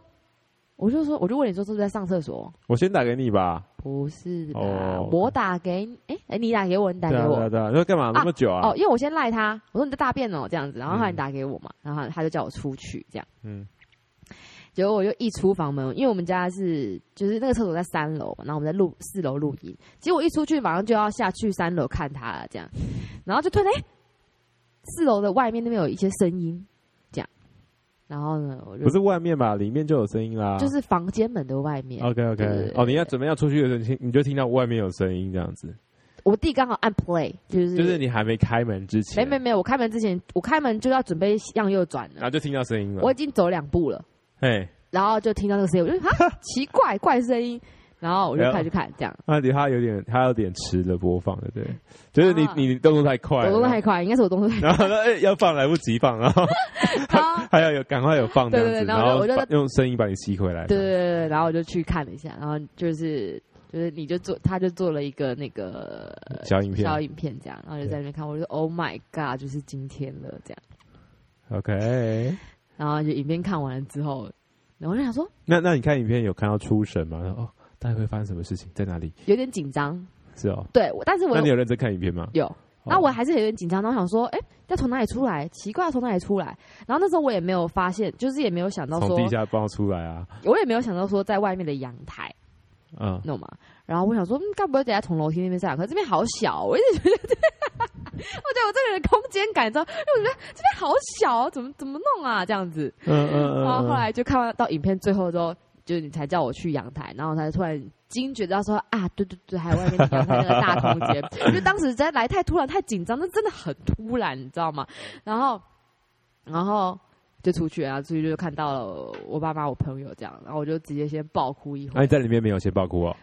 Speaker 1: 我就说，我就问你说是不是在上厕所？
Speaker 2: 我先打给你吧。
Speaker 1: 不是吧？
Speaker 2: 哦
Speaker 1: 我打给你，哎、哎，你打给我，你打
Speaker 2: 对
Speaker 1: 给
Speaker 2: 啊
Speaker 1: 我。
Speaker 2: 对啊对啊，你说干嘛那么久啊
Speaker 1: 哦，？因为我先赖他，我说你在大便哦，这样子，然后后来
Speaker 2: 嗯
Speaker 1: 你打给我嘛，然后他就叫我出去，这样，
Speaker 2: 嗯
Speaker 1: 结果我就一出房门，因为我们家是就是那个厕所在三楼，然后我们在录四楼录音，结果我一出去马上就要下去三楼看他了，这样，然后就突然哎、四楼的外面那边有一些声音，这样，然后呢，我就
Speaker 2: 不是外面吧，里面就有声音啦。
Speaker 1: 就是房间门的外面，
Speaker 2: OK
Speaker 1: 对对
Speaker 2: OK，
Speaker 1: 对
Speaker 2: 啊哦，你要准备要出去的时候，你听你就听到外面有声音这样子，
Speaker 1: 我弟刚好按 play，就是
Speaker 2: 就是你还没开门之前，
Speaker 1: 没没没有，我开门之前我开门就要准备向右转
Speaker 2: 然
Speaker 1: 了，
Speaker 2: 后就听到声音了。
Speaker 1: 我已经走两步了。
Speaker 2: 嘿，
Speaker 1: 然后就听到那个声音，我就 啊，奇怪，怪声音。然后我
Speaker 2: 哎
Speaker 1: 就开始看，这样
Speaker 2: 那你他有点他有点迟了播放，对不对？就是你
Speaker 1: 啊
Speaker 2: 你动作太快
Speaker 1: 我
Speaker 2: 了，
Speaker 1: 动作太快，应该是我动作 太
Speaker 2: 然后呢，哎要放来不及放，然后
Speaker 1: 然后
Speaker 2: 还要有赶快有放这
Speaker 1: 对
Speaker 2: 样
Speaker 1: 对
Speaker 2: 子，
Speaker 1: 对然后我就
Speaker 2: 把用声音把你吸回来。
Speaker 1: 对对对对，然后我就去看了一下，然后就是就是你就做，他就做了一个那个呃
Speaker 2: 小影片
Speaker 1: 小影片这样，然后就在那边看，我就说 Oh my God，就是今天了这样。
Speaker 2: OK，
Speaker 1: 然后就影片看完了之后，然后我就想说
Speaker 2: 那那你看影片有看到出神吗？然后哦，大概会发生什么事情，在哪里？
Speaker 1: 有点紧张，
Speaker 2: 是哦，
Speaker 1: 对，我但是我
Speaker 2: 那你
Speaker 1: 有
Speaker 2: 有认真看影片吗？
Speaker 1: 有
Speaker 2: 哦
Speaker 1: 那啊我还是有点紧张，然后想说，哎，要从哪里出来？奇怪，要从哪里出来？然后那时候我也没有发现，就是也没有想到
Speaker 2: 从
Speaker 1: 说
Speaker 2: 地下爆出来啊，
Speaker 1: 我也没有想到说在外面的阳台，
Speaker 2: 嗯
Speaker 1: 你，懂吗？然后我想说，嗯，该不会等下从楼梯那边下来？可是这边好小，我一直觉得， 我觉得我这个人空间感，你知道，因为我觉得这边好小，怎么怎么弄啊？这样子，
Speaker 2: 嗯嗯嗯
Speaker 1: 然哦后后来就看完到影片最后之后，就是你才叫我去阳台，然后我才突然惊觉到说啊，对对对，还有外面的阳台那个大空间，因为当时实在来太突然太紧张，那真的很突然，你知道吗？然后，然后。就出去啊，出去就看到了我爸妈、我朋友这样，然后我就直接先爆哭一
Speaker 2: 那
Speaker 1: 回
Speaker 2: 你，在里面没有先爆哭哦，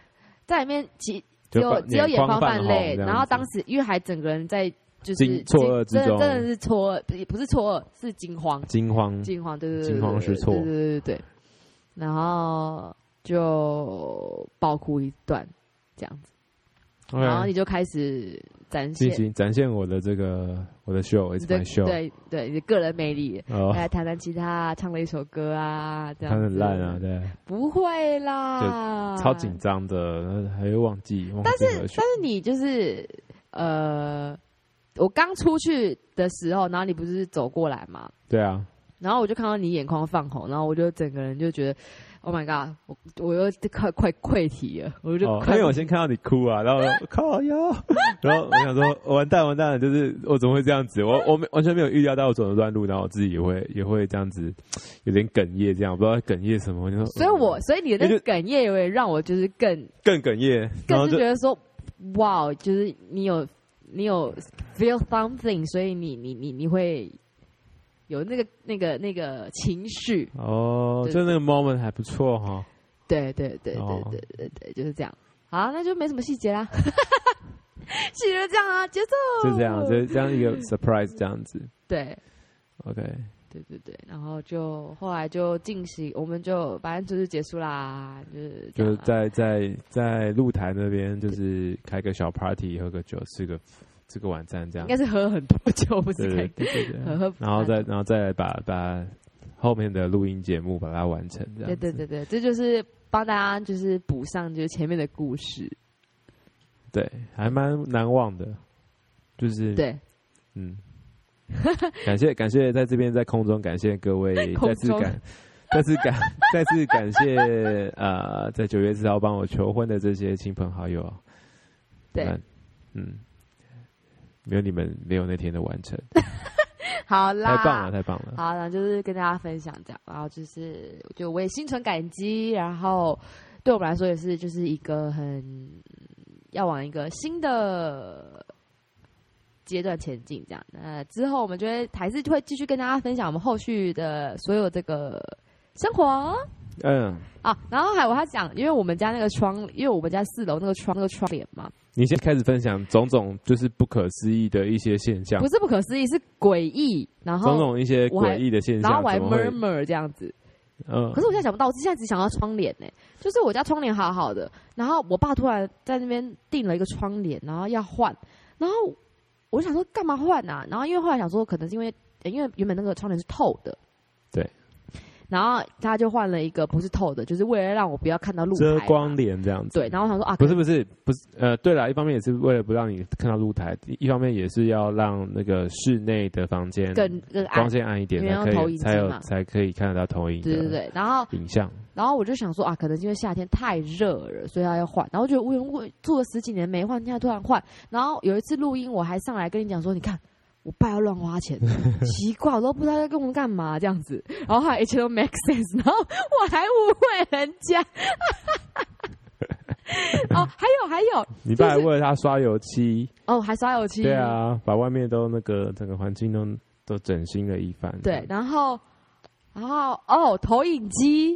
Speaker 1: 在里面其只
Speaker 2: 就
Speaker 1: 有
Speaker 2: 放
Speaker 1: 只有眼眶
Speaker 2: 泛
Speaker 1: 泛
Speaker 2: 红
Speaker 1: 泪，
Speaker 2: 这样
Speaker 1: 然后
Speaker 2: 子
Speaker 1: 当时因为还整个人在就是
Speaker 2: 惊错愕之
Speaker 1: 真的
Speaker 2: 中
Speaker 1: 真的是错愕，也不是错愕，是惊慌，
Speaker 2: 惊慌，
Speaker 1: 惊慌，对对对，
Speaker 2: 惊慌失
Speaker 1: 对
Speaker 2: 措
Speaker 1: 对对对对对，然后就爆哭一段这样子，然后
Speaker 2: OK
Speaker 1: 你就开始展现
Speaker 2: 进行展现我的这个我的 show，it's
Speaker 1: 你的
Speaker 2: my show，
Speaker 1: 对对你的个人魅力，
Speaker 2: 哦，
Speaker 1: 来弹弹吉他，唱了一首歌啊，这
Speaker 2: 他
Speaker 1: 样子
Speaker 2: 很烂啊，，对，
Speaker 1: 不会啦，
Speaker 2: 超紧张的，然后还会忘记，但是但是
Speaker 1: 那你就是呃，我刚出去的时候，然后你不是走过来嘛，
Speaker 2: 对啊，
Speaker 1: 然后我就看到你眼眶泛红，然后我就整个人就觉得，Oh my god，我我又快快溃体了，我就
Speaker 2: 哦，因
Speaker 1: 快、
Speaker 2: 为我先看到你哭啊，然后 我靠腰，然后我想说完蛋完蛋，就是我怎么会这样子？我我没完全没有预料到我走的段路，然后我自己也会也会这样子，有点哽咽，这样不知道哏咽什么，我就说
Speaker 1: 所以我
Speaker 2: 嗯
Speaker 1: 所以你的那
Speaker 2: 因
Speaker 1: 个
Speaker 2: 为
Speaker 1: 哽咽有点让我就是更
Speaker 2: 更哽咽，然
Speaker 1: 更
Speaker 2: 后
Speaker 1: 是
Speaker 2: 就
Speaker 1: 觉得说，哇，就是你有你有 feel something，所以你你你你会有那个那个那个情绪，
Speaker 2: 哦，
Speaker 1: 对
Speaker 2: 就那个 moment 还不错哈。
Speaker 1: 对对对对
Speaker 2: 哦
Speaker 1: 对对对，就是这样。好，那就没什么细节啦， 细节就这样啊，节奏
Speaker 2: 就这样，就是这 样一个 surprise 这样子。
Speaker 1: 对
Speaker 2: OK，
Speaker 1: 对对对，然后就后来就进行，我们就反正就是结束啦，就是这
Speaker 2: 就
Speaker 1: 样
Speaker 2: 是
Speaker 1: 啊
Speaker 2: 在在在露台那边，就是开个小 party，喝个酒，吃个吃个晚餐这样
Speaker 1: 应该。是喝了很多酒，不
Speaker 2: 对
Speaker 1: 是在
Speaker 2: 对对对对。
Speaker 1: 喝喝，
Speaker 2: 然后再然后再把把后面的录音节目把它完成这
Speaker 1: 对
Speaker 2: 样子。
Speaker 1: 对对对，这就是帮大家就是补上就是前面的故事，
Speaker 2: 对，还蛮难忘的，就是
Speaker 1: 对，
Speaker 2: 嗯，感谢感谢在这边在空中感谢各 位
Speaker 1: 空
Speaker 2: 再次
Speaker 1: 中
Speaker 2: 感。再次 感，再次感谢呃，在九月四号帮我求婚的这些亲朋好友，
Speaker 1: 对，
Speaker 2: 嗯，没有你们，没有那天的完成，
Speaker 1: 好
Speaker 2: 太
Speaker 1: 啦，
Speaker 2: 棒了，太棒 了。
Speaker 1: 好，然后就是跟大家分享这样，然后就是就我也心存感激，然后对我们来说也是就是一个很要往一个新的阶段前进这样。那之后我们就会还是会继续跟大家分享我们后续的所有这个生活。
Speaker 2: 嗯，
Speaker 1: 啊，然后还有他讲，因为我们家那个窗，因为我们家四楼那个窗那个窗帘嘛，
Speaker 2: 你先开始分享种种就是不可思议的一些现象
Speaker 1: 不，是不可思议，是诡异。然
Speaker 2: 种
Speaker 1: 后，
Speaker 2: 种一些
Speaker 1: 我还
Speaker 2: 诡异的现
Speaker 1: 然后
Speaker 2: 象，
Speaker 1: 我还
Speaker 2: 怎么会？
Speaker 1: murmur 这样子，
Speaker 2: 嗯
Speaker 1: 可是我现在想不到，我现在只想到窗帘呢、就是我家窗帘好好的，然后我爸突然在那边订了一个窗帘，然后要换，然后我就想说干嘛换啊？然后因为后来想说，可能是因为、呃因为原本那个窗帘是透的，
Speaker 2: 对。
Speaker 1: 然后他就换了一个不是透的，就是为了让我不要看到露台
Speaker 2: 遮
Speaker 1: 嘛
Speaker 2: 光帘这样子。
Speaker 1: 对，然后我想说啊，
Speaker 2: 不是不是不是，呃，对了，一方面也是为了不让你看到露台，一方面也是要让那个室内的房间
Speaker 1: 更更暗
Speaker 2: 光，线暗一点，
Speaker 1: 因为要
Speaker 2: 才
Speaker 1: 投
Speaker 2: 可
Speaker 1: 影
Speaker 2: 以
Speaker 1: 机
Speaker 2: 才有
Speaker 1: 嘛
Speaker 2: 才可以看得到投影
Speaker 1: 对对
Speaker 2: 的
Speaker 1: 对。然后
Speaker 2: 影像。
Speaker 1: 然后我就想说啊，可能是因为夏天太热了，所以他要换。然后觉得无缘无故住了十几年没换，现在突然换。然后有一次录音，我还上来跟你讲说，你看我爸要乱花钱， 奇怪，我都不知道他在跟我们干嘛这样子。然后后来一切都 make sense，然后我还误会人家。 哦，还有还有
Speaker 2: 你爸还
Speaker 1: 就是
Speaker 2: 为了他刷油漆，
Speaker 1: 哦，还刷油漆。
Speaker 2: 对啊，把外面都那个整个环境都都整新了一番。
Speaker 1: 对，然后，然后哦，投影机，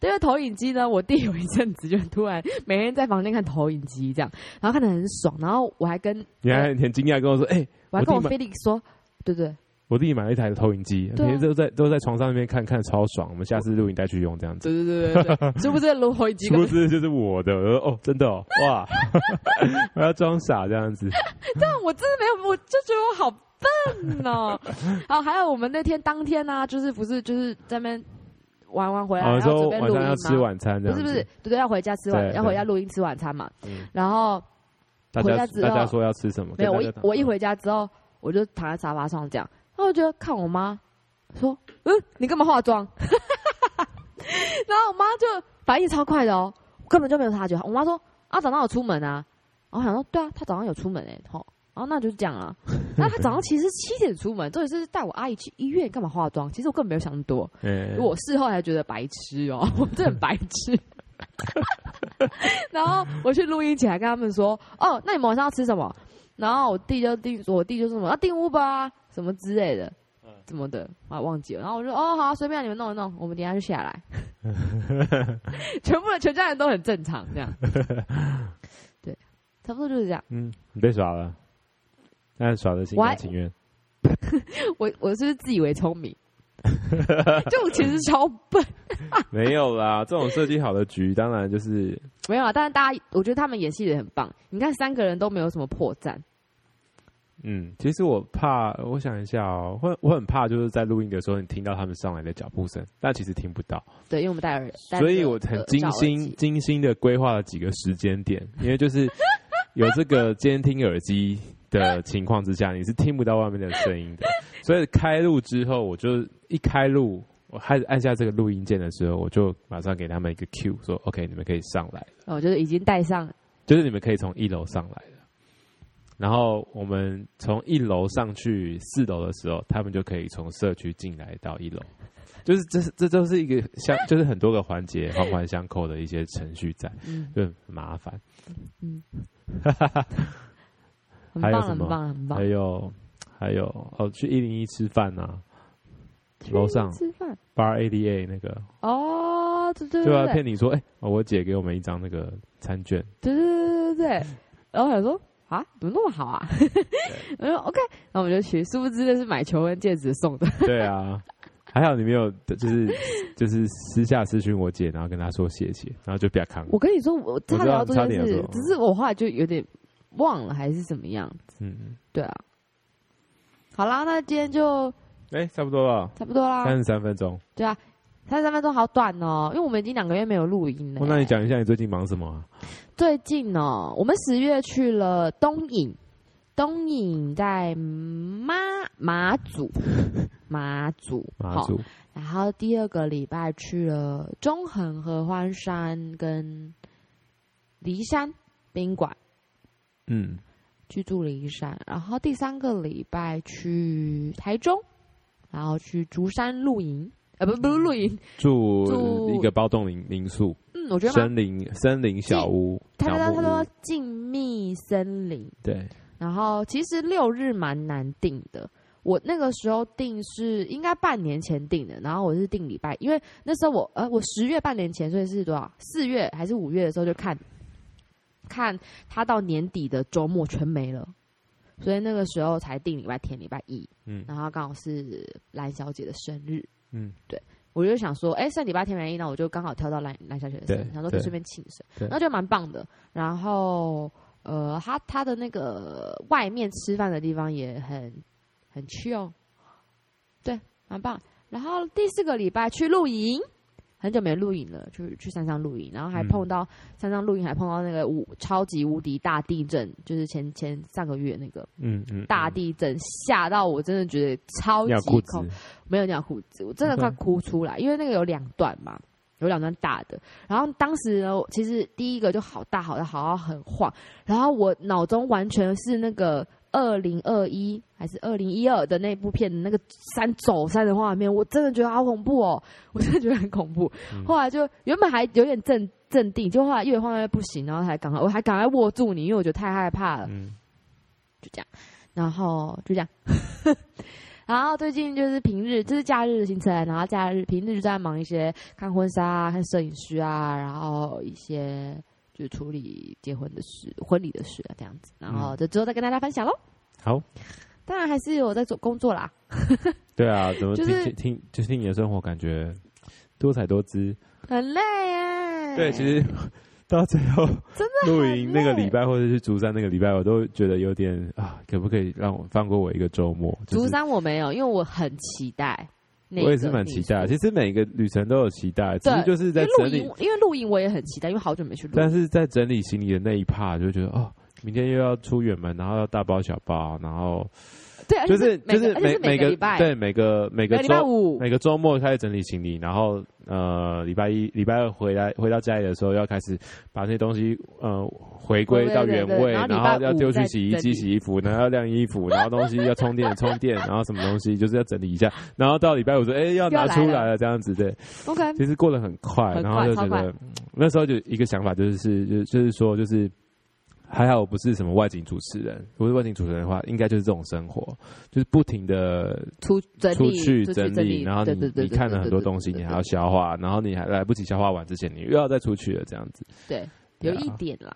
Speaker 1: 因为投影机呢，我弟有 一阵子就突然每天在房间看投影机这样，然后看得很爽，然后我还跟
Speaker 2: 你还很惊讶跟我说：“哎、
Speaker 1: 我还跟我
Speaker 2: 我弟
Speaker 1: Felix 说，对对，
Speaker 2: 我弟买了一台投影机，
Speaker 1: 对啊
Speaker 2: 每天都在都在床上那边看看，超爽。我们下次录影带去用这样子。”
Speaker 1: 对对对对对，殊不知录投影机
Speaker 2: 殊不知就是我的，我说哦，真的哦，哇，我要装傻这样子。
Speaker 1: 但我真的没有，我就觉得我好笨 哦。然后还有我们那天当天呢、啊就是不是就是在那边玩完回来，
Speaker 2: 我们
Speaker 1: 然后
Speaker 2: 哦说
Speaker 1: 准备
Speaker 2: 晚
Speaker 1: 录
Speaker 2: 上
Speaker 1: 音
Speaker 2: 要吃
Speaker 1: 嘛。
Speaker 2: 晚餐这
Speaker 1: 不
Speaker 2: 样
Speaker 1: 是
Speaker 2: 子，
Speaker 1: 不是，对对，要回家吃晚，
Speaker 2: 对
Speaker 1: 要回
Speaker 2: 对
Speaker 1: 家录音吃晚餐嘛。
Speaker 2: 嗯
Speaker 1: 然后
Speaker 2: 大
Speaker 1: 回
Speaker 2: 家
Speaker 1: 家之后
Speaker 2: 大家说要吃什么？
Speaker 1: 没有，我
Speaker 2: 跟
Speaker 1: 一
Speaker 2: 大家嗯
Speaker 1: 我一回家之后，我就躺在沙发上这样，然后我就看我妈说：“嗯，你干嘛化妆？” 然后我妈就反应超快的哦，我根本就没有察觉。我妈说：“啊，早上有出门啊。”然后我想说：“对啊，她早上有出门哎、欸，吼。”然后那就是这样啊。 那她早上其实是七点出门，重点是带我阿姨去医院，干嘛化妆？其实我根本没有想那么多。
Speaker 2: 嗯
Speaker 1: 我事后还觉得白痴哦、 我真的很白痴。 然后我去录音前还跟他们说，哦，那你们晚上要吃什么？然后我弟就订，我弟就说什么要订乌吧，什么之类的，怎么的啊忘记了。然后我就哦好啊、随便啊、你们弄一弄，我们等一下就下来。全部的全家人都很正常这样，对，差不多就是这样。
Speaker 2: 嗯，你被耍了，但是耍的心
Speaker 1: 我还
Speaker 2: 甘情愿。
Speaker 1: 我我是不是自以为聪明，就我其实超笨。
Speaker 2: 没有啦，这种设计好的局，当然就是
Speaker 1: 没有啊，但是大家，我觉得他们演戏也很棒。你看三个人都没有什么破绽，
Speaker 2: 嗯，其实我怕，我想一下哦，我我很怕就是在录音的时候，你听到他们上来的脚步声，但其实听不到，
Speaker 1: 对，因为我们戴耳，戴
Speaker 2: 所以
Speaker 1: 着
Speaker 2: 我很
Speaker 1: 耳
Speaker 2: 精
Speaker 1: 罩耳
Speaker 2: 心
Speaker 1: 机
Speaker 2: 精心的规划了几个时间点，因为就是有这个监听耳机的情况之下，你是听不到外面的声音的，所以开录之后，我就一开录。我开始按下这个录音键的时候，我就马上给他们一个 Q，说 OK，你们可以上来。
Speaker 1: 哦，就是已经戴上，
Speaker 2: 就是你们可以从一楼上来的。然后我们从一楼上去四楼的时候，他们就可以从社区进来到一楼，就是这是这都是一个相， 就是很多个环节环环相扣的一些程序在，
Speaker 1: 嗯，
Speaker 2: 就很麻烦。
Speaker 1: 很
Speaker 2: 还有
Speaker 1: 棒，
Speaker 2: 什
Speaker 1: 很
Speaker 2: 么
Speaker 1: 棒，很棒
Speaker 2: 还。有还有哦，去一零一吃饭呐、啊，楼上
Speaker 1: 吃饭
Speaker 2: Bar A D A 那个，
Speaker 1: 哦，对对
Speaker 2: 就
Speaker 1: 对
Speaker 2: 要
Speaker 1: 对对
Speaker 2: 骗你说，哎、哦我姐给我们一张那个餐券，
Speaker 1: 对对对对，然后我想说啊，怎么那么好啊？我说 OK，然后我们就去，殊不知那是买求婚戒指送的。
Speaker 2: 对啊，还好你没有，就是就是私下私讯我姐，然后跟她说谢谢，然后就不要看
Speaker 1: 我
Speaker 2: 我。
Speaker 1: 跟你说，我差点要做这件
Speaker 2: 差点
Speaker 1: 事
Speaker 2: 要，做
Speaker 1: 只是我后来就有点忘了，还是怎么样？
Speaker 2: 嗯，
Speaker 1: 对啊。好啦，那今天就
Speaker 2: 哎、差不多了，
Speaker 1: 差不多啦。
Speaker 2: 三十三分钟。
Speaker 1: 对啊，三十三分钟好短哦，因为我们已经两个月没有录音了、
Speaker 2: 我、哦那你讲一下你最近忙什么、啊？
Speaker 1: 最近哦，我们十月去了东影，东影在马马 祖，马祖，
Speaker 2: 马祖、
Speaker 1: 好然后第二个礼拜去了中横合欢山跟骊山宾馆
Speaker 2: 嗯，
Speaker 1: 去住骊山，然后第三个礼拜去台中，然后去竹山露营，呃，不不是露营，
Speaker 2: 住
Speaker 1: 住
Speaker 2: 一个包栋民民宿，
Speaker 1: 嗯，我觉得蛮
Speaker 2: 森林森林小屋，
Speaker 1: 他
Speaker 2: 小
Speaker 1: 说他
Speaker 2: 木
Speaker 1: 说
Speaker 2: 屋。
Speaker 1: 静谧森林，
Speaker 2: 对，
Speaker 1: 然后其实六日蛮难定的。我那个时候定是应该半年前定的，然后我是定礼拜，因为那时候我呃我十月半年前，所以是多少四月还是五月的时候就看，看他到年底的周末全没了，所以那个时候才定礼拜天、礼拜一，
Speaker 2: 嗯
Speaker 1: 然后刚好是蓝小姐的生日，
Speaker 2: 嗯，
Speaker 1: 我就想说，哎、剩礼拜天没一，那我就刚好挑到蓝蓝小姐的生日，
Speaker 2: 对
Speaker 1: 想说可以
Speaker 2: 对
Speaker 1: 顺便庆生
Speaker 2: 对，
Speaker 1: 那就蛮棒的。然后，呃，他他的那个外面吃饭的地方也很很 chill，对，蛮棒。然后第四个礼拜去露营，很久没露营了，去去山上露营，然后还
Speaker 2: 嗯
Speaker 1: 碰到、山上露营还碰到那个无超级无敌大地震，就是前前上个月那个
Speaker 2: 嗯嗯，
Speaker 1: 大地震，吓到我真的觉得超级
Speaker 2: 尿裤子
Speaker 1: 恐，没有尿裤子，我真的快哭出来，因为那个有两段嘛，有两段大的。然后当时呢，其实第一个就好大好大，好到很晃，然后我脑中完全是那个二零二一还是二零一二的那部片的那个山走山的画面，我真的觉得好恐怖哦， 我真的觉得很恐怖。
Speaker 2: 嗯
Speaker 1: 后来就原本还有点镇镇定，就后来越晃越不行，然后才赶快我还赶快握住你，因为我觉得太害怕了。
Speaker 2: 嗯，
Speaker 1: 就这样，然后就这样。 然后最近就是平日，这、是假日的行程，然后假日平日就在忙一些看婚纱啊、看摄影师啊，然后一些就是处理结婚的事、婚礼的事啊这样子。然后
Speaker 2: 嗯
Speaker 1: 这之后再跟大家分享喽。
Speaker 2: 好，
Speaker 1: 当然还是有在做工作啦，
Speaker 2: 对啊，怎么听、
Speaker 1: 就是
Speaker 2: 听听就是听你的生活，感觉多彩多姿。
Speaker 1: 很累啊。
Speaker 2: 对，其实 到最后
Speaker 1: 真
Speaker 2: 的露营那个
Speaker 1: 累
Speaker 2: 礼拜，或者是竹山那个礼拜，我都觉得有点啊，可不可以让我放过我一个周末？就是
Speaker 1: 竹山我没有，因为我很期待那个
Speaker 2: 我
Speaker 1: 旅
Speaker 2: 也
Speaker 1: 宿。
Speaker 2: 是蛮期待的。啊其实每个旅程都有期待，只
Speaker 1: 对
Speaker 2: 是就是
Speaker 1: 因
Speaker 2: 在
Speaker 1: 为露
Speaker 2: 整理
Speaker 1: 营，，因为露营我也很期待，因为好久没去露营。
Speaker 2: 但是在整理行李的那一趴，就觉得哦。明天又要出远门，然后要大包小包，然后
Speaker 1: 对，而且
Speaker 2: 就是
Speaker 1: 每
Speaker 2: 就
Speaker 1: 个
Speaker 2: 是
Speaker 1: 而且
Speaker 2: 每
Speaker 1: 哎是每
Speaker 2: 个
Speaker 1: 礼拜，
Speaker 2: 对每个每
Speaker 1: 每
Speaker 2: 个
Speaker 1: 个礼拜
Speaker 2: 周
Speaker 1: 五，
Speaker 2: 每个周末开始整理行李，然后呃，礼拜一、礼拜二回来回到家里的时候，要开始把那些东西呃回归到原
Speaker 1: 回归对对对
Speaker 2: 位，然
Speaker 1: 然后
Speaker 2: 后
Speaker 1: 礼拜
Speaker 2: 要丢
Speaker 1: 五再
Speaker 2: 去洗衣
Speaker 1: 整
Speaker 2: 机
Speaker 1: 理
Speaker 2: 洗衣服，然后要晾衣服，然后东西要充电 充电，然后什么东西就是要整理一下，然后到礼拜五说哎、要拿
Speaker 1: 又来
Speaker 2: 出
Speaker 1: 了
Speaker 2: 来了这样子对，
Speaker 1: OK，
Speaker 2: 其实过得很快，
Speaker 1: 很快
Speaker 2: 然后就觉
Speaker 1: 超快
Speaker 2: 得嗯那时候就一个想法就是就就是说就是。还好我不是什么外景主持人，如果是外景主持人的话，应该就是这种生活，就是不停的
Speaker 1: 出整
Speaker 2: 出
Speaker 1: 理
Speaker 2: 去
Speaker 1: 出
Speaker 2: 整理，然后
Speaker 1: 对
Speaker 2: 你
Speaker 1: 对对
Speaker 2: 你
Speaker 1: 对
Speaker 2: 看了
Speaker 1: 对
Speaker 2: 很
Speaker 1: 对
Speaker 2: 多
Speaker 1: 对
Speaker 2: 东西，
Speaker 1: 对
Speaker 2: 你还
Speaker 1: 对
Speaker 2: 要消化，然后你还来不及消化完之前，你又要再出去了，这样子。
Speaker 1: 对，
Speaker 2: 对
Speaker 1: 有
Speaker 2: 啊
Speaker 1: 一点啦，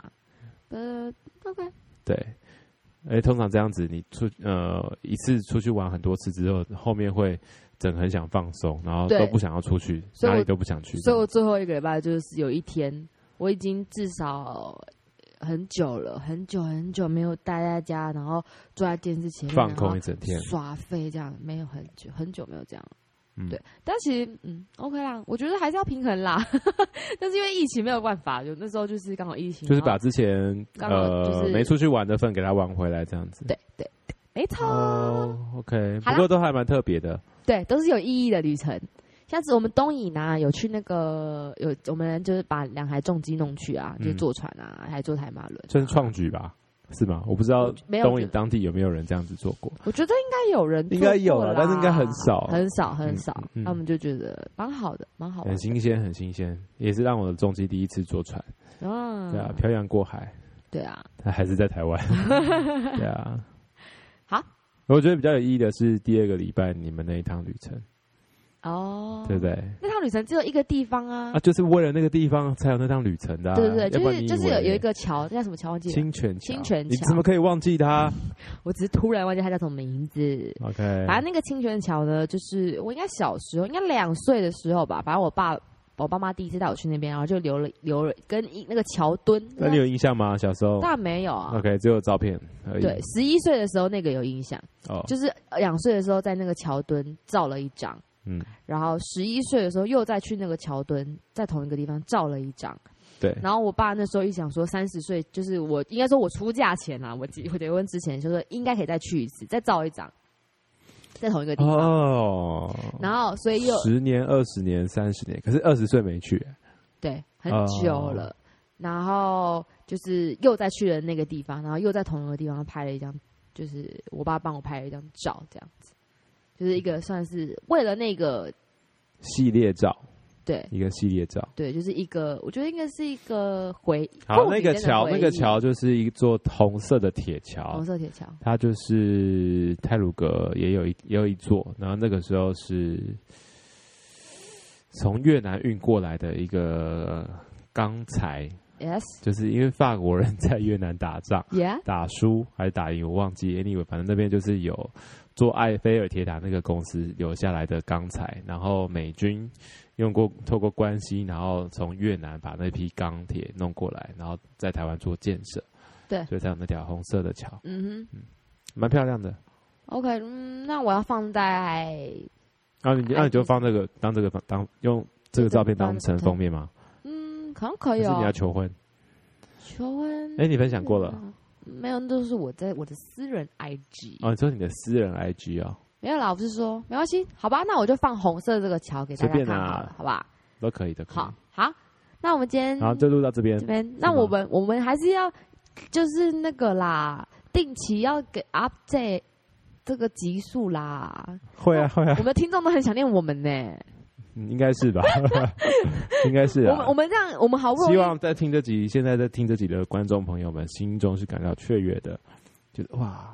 Speaker 1: 呃，OK，
Speaker 2: 对，而且通常这样子，你出呃一次出去玩很多次之后，后面会整个很想放松，然后
Speaker 1: 对
Speaker 2: 都不想要出去，
Speaker 1: 所以
Speaker 2: 哪
Speaker 1: 我
Speaker 2: 里都不想去。
Speaker 1: 所以我最后一个礼拜就是有一天，我已经至少很久了，很久很久没有待在家，然后坐在电视前面
Speaker 2: 放
Speaker 1: 然
Speaker 2: 空
Speaker 1: 后
Speaker 2: 一整天，
Speaker 1: 耍废这样，没有很久很久没有这样。
Speaker 2: 嗯
Speaker 1: 对，但其实嗯，OK 啦，我觉得还是要平衡啦。 但是因为疫情没有办法，就那时候就是刚好疫情，
Speaker 2: 就
Speaker 1: 然
Speaker 2: 是
Speaker 1: 后
Speaker 2: 把之前
Speaker 1: 刚好
Speaker 2: 呃
Speaker 1: 就是
Speaker 2: 没出去玩的份给它玩回来，这样子。
Speaker 1: 对对对，没错。
Speaker 2: 哦，OK，
Speaker 1: 好啦
Speaker 2: 不过都还蛮特别的。
Speaker 1: 对，都是有意义的旅程。下次我们东引啊，有去那个有我们就是把两台重机弄去啊，
Speaker 2: 嗯
Speaker 1: 就坐船啊，还坐台马轮、
Speaker 2: 算是创举吧，是吗？我不知道
Speaker 1: 没有
Speaker 2: 呃东影当地有没有人这样子做过。
Speaker 1: 我觉得应该有人做
Speaker 2: 应该有
Speaker 1: 过
Speaker 2: 啦
Speaker 1: 啦，
Speaker 2: 但是应该很少
Speaker 1: 很少，很
Speaker 2: 嗯
Speaker 1: 少。那、
Speaker 2: 嗯嗯
Speaker 1: 我们就觉得蛮好的，蛮好玩
Speaker 2: 很
Speaker 1: 的。
Speaker 2: 新鲜，很新鲜，也是让我的重机第一次坐船，
Speaker 1: 啊
Speaker 2: 对啊，漂洋过海，
Speaker 1: 对啊，
Speaker 2: 但还是 在台湾，对啊。
Speaker 1: 好，
Speaker 2: 我觉得比较有意义的是第二个礼拜你们那一趟旅程，
Speaker 1: 哦，
Speaker 2: 对不对？
Speaker 1: 那趟旅程只有一个地方啊，
Speaker 2: 啊，就是为了那个地方才有那趟旅程的啊，
Speaker 1: 对对对，
Speaker 2: 要
Speaker 1: 就
Speaker 2: 不然
Speaker 1: 是
Speaker 2: 你以
Speaker 1: 就是有
Speaker 2: 为
Speaker 1: 有一个桥，那叫什么桥忘记了，
Speaker 2: 清泉桥，
Speaker 1: 清泉桥
Speaker 2: 你怎么可以忘记它
Speaker 1: 我只是突然忘记它叫什么名字。
Speaker 2: ？OK，
Speaker 1: 反正那个清泉桥呢，就是我应该小时候，应该两岁的时候吧，反正我爸。我爸妈第一次带我去那边，然后就留了留了跟一那个桥墩，
Speaker 2: 那你有印象吗？小时候
Speaker 1: 当然没有啊。
Speaker 2: ，OK，只有照片而已。
Speaker 1: 对，十一岁的时候那个有印象，
Speaker 2: 哦，
Speaker 1: 就是两岁的时候在那个桥墩照了一张，
Speaker 2: 嗯，
Speaker 1: 然后十一岁的时候又再去那个桥墩，在同一个地方照了一张。
Speaker 2: 对，
Speaker 1: 然后我爸那时候一想说，三十岁就是我应该说我出嫁前啊，我结我结婚之前就说应该可以再去一次，再照一张，在同一个地方。
Speaker 2: 哦，
Speaker 1: 然后所以又
Speaker 2: 十年、二十年、三十年，可是二十岁没去，
Speaker 1: 对，很
Speaker 2: 哦
Speaker 1: 久了。然后就是又再去了那个地方，然后又在同一个地方拍了一张，就是我爸帮我拍了一张照，这样子，就是一个算是为了那个
Speaker 2: 系列照，
Speaker 1: 对
Speaker 2: 一个系列照。
Speaker 1: 对，就是一个我觉得应该是一个回
Speaker 2: 好，
Speaker 1: 共
Speaker 2: 那
Speaker 1: 鸣
Speaker 2: 个
Speaker 1: 的
Speaker 2: 桥，
Speaker 1: 回
Speaker 2: 那个
Speaker 1: 忆
Speaker 2: 桥就是一座红色的铁桥
Speaker 1: 红，色铁桥，
Speaker 2: 它就是泰鲁格也有一也有一座，然后那个时候是从越南运过来的一个呃钢材，
Speaker 1: yes
Speaker 2: 就是因为法国人在越南打仗。
Speaker 1: yeah
Speaker 2: 打输还是打赢我忘记，anyway，反正那边就是有做埃菲尔铁塔那个公司留下来的钢材，然后美军用过透过关系，然后从越南把那批钢铁弄过来，然后在台湾做建设，
Speaker 1: 对
Speaker 2: 所以才有那条红色的桥，
Speaker 1: 嗯哼
Speaker 2: 蛮漂亮的。
Speaker 1: OK，嗯，那我要放在
Speaker 2: 然后你就
Speaker 1: 哎
Speaker 2: 那你就放这个当这个当用这个照片当成
Speaker 1: 这个
Speaker 2: 封面吗？
Speaker 1: 嗯，好像可
Speaker 2: 还
Speaker 1: 以
Speaker 2: 是
Speaker 1: 哦、
Speaker 2: 你要求婚？
Speaker 1: 求婚？
Speaker 2: 哎，你分享过了
Speaker 1: 没有，那都是我在我的私人 IG。
Speaker 2: 哦，你说你的私人 IG 哦，
Speaker 1: 没有啦，我是说没关系，好吧，那我就放红色这个桥给大
Speaker 2: 随
Speaker 1: 家
Speaker 2: 便
Speaker 1: 看
Speaker 2: 啦
Speaker 1: 好了，好吧？
Speaker 2: 都可以的。可以
Speaker 1: 好，好，那我们今天
Speaker 2: 好，就录到这边
Speaker 1: 这。边，那我们我们还是要就是那个啦，定期要给 update 这个集数 啦。
Speaker 2: 会啊会啊
Speaker 1: 我，们的听众都很想念我们呢、
Speaker 2: 嗯应该是 吧？应该是
Speaker 1: 我
Speaker 2: 啊
Speaker 1: 们我。们这样，我们好不容
Speaker 2: 希
Speaker 1: 易
Speaker 2: 望在听这集，现在在听这集的观众朋友们心中是感到雀跃的，觉得哇，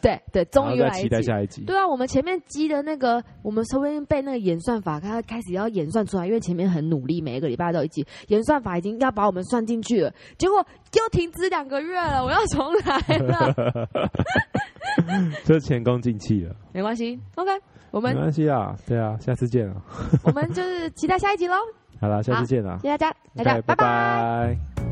Speaker 1: 对对，终于
Speaker 2: 然后
Speaker 1: 来
Speaker 2: 再
Speaker 1: 一
Speaker 2: 期待
Speaker 1: 集
Speaker 2: 下一集。
Speaker 1: 对啊，我们前面积的那个，我们说不定被那个演算法，它开始要演算出来，因为前面很努力，每一个礼拜都有一集，演算法已经要把我们算进去了，结果又停止两个月了，我要重来了。
Speaker 2: 这前功尽弃了，
Speaker 1: 没关系，OK，我
Speaker 2: 没
Speaker 1: 们
Speaker 2: 关系啊，对啊，下次见啊，
Speaker 1: 我们就是期待下一集喽，
Speaker 2: 好啦，下次见啊，
Speaker 1: 谢谢大家，大
Speaker 2: OK，
Speaker 1: 家拜拜
Speaker 2: 拜拜。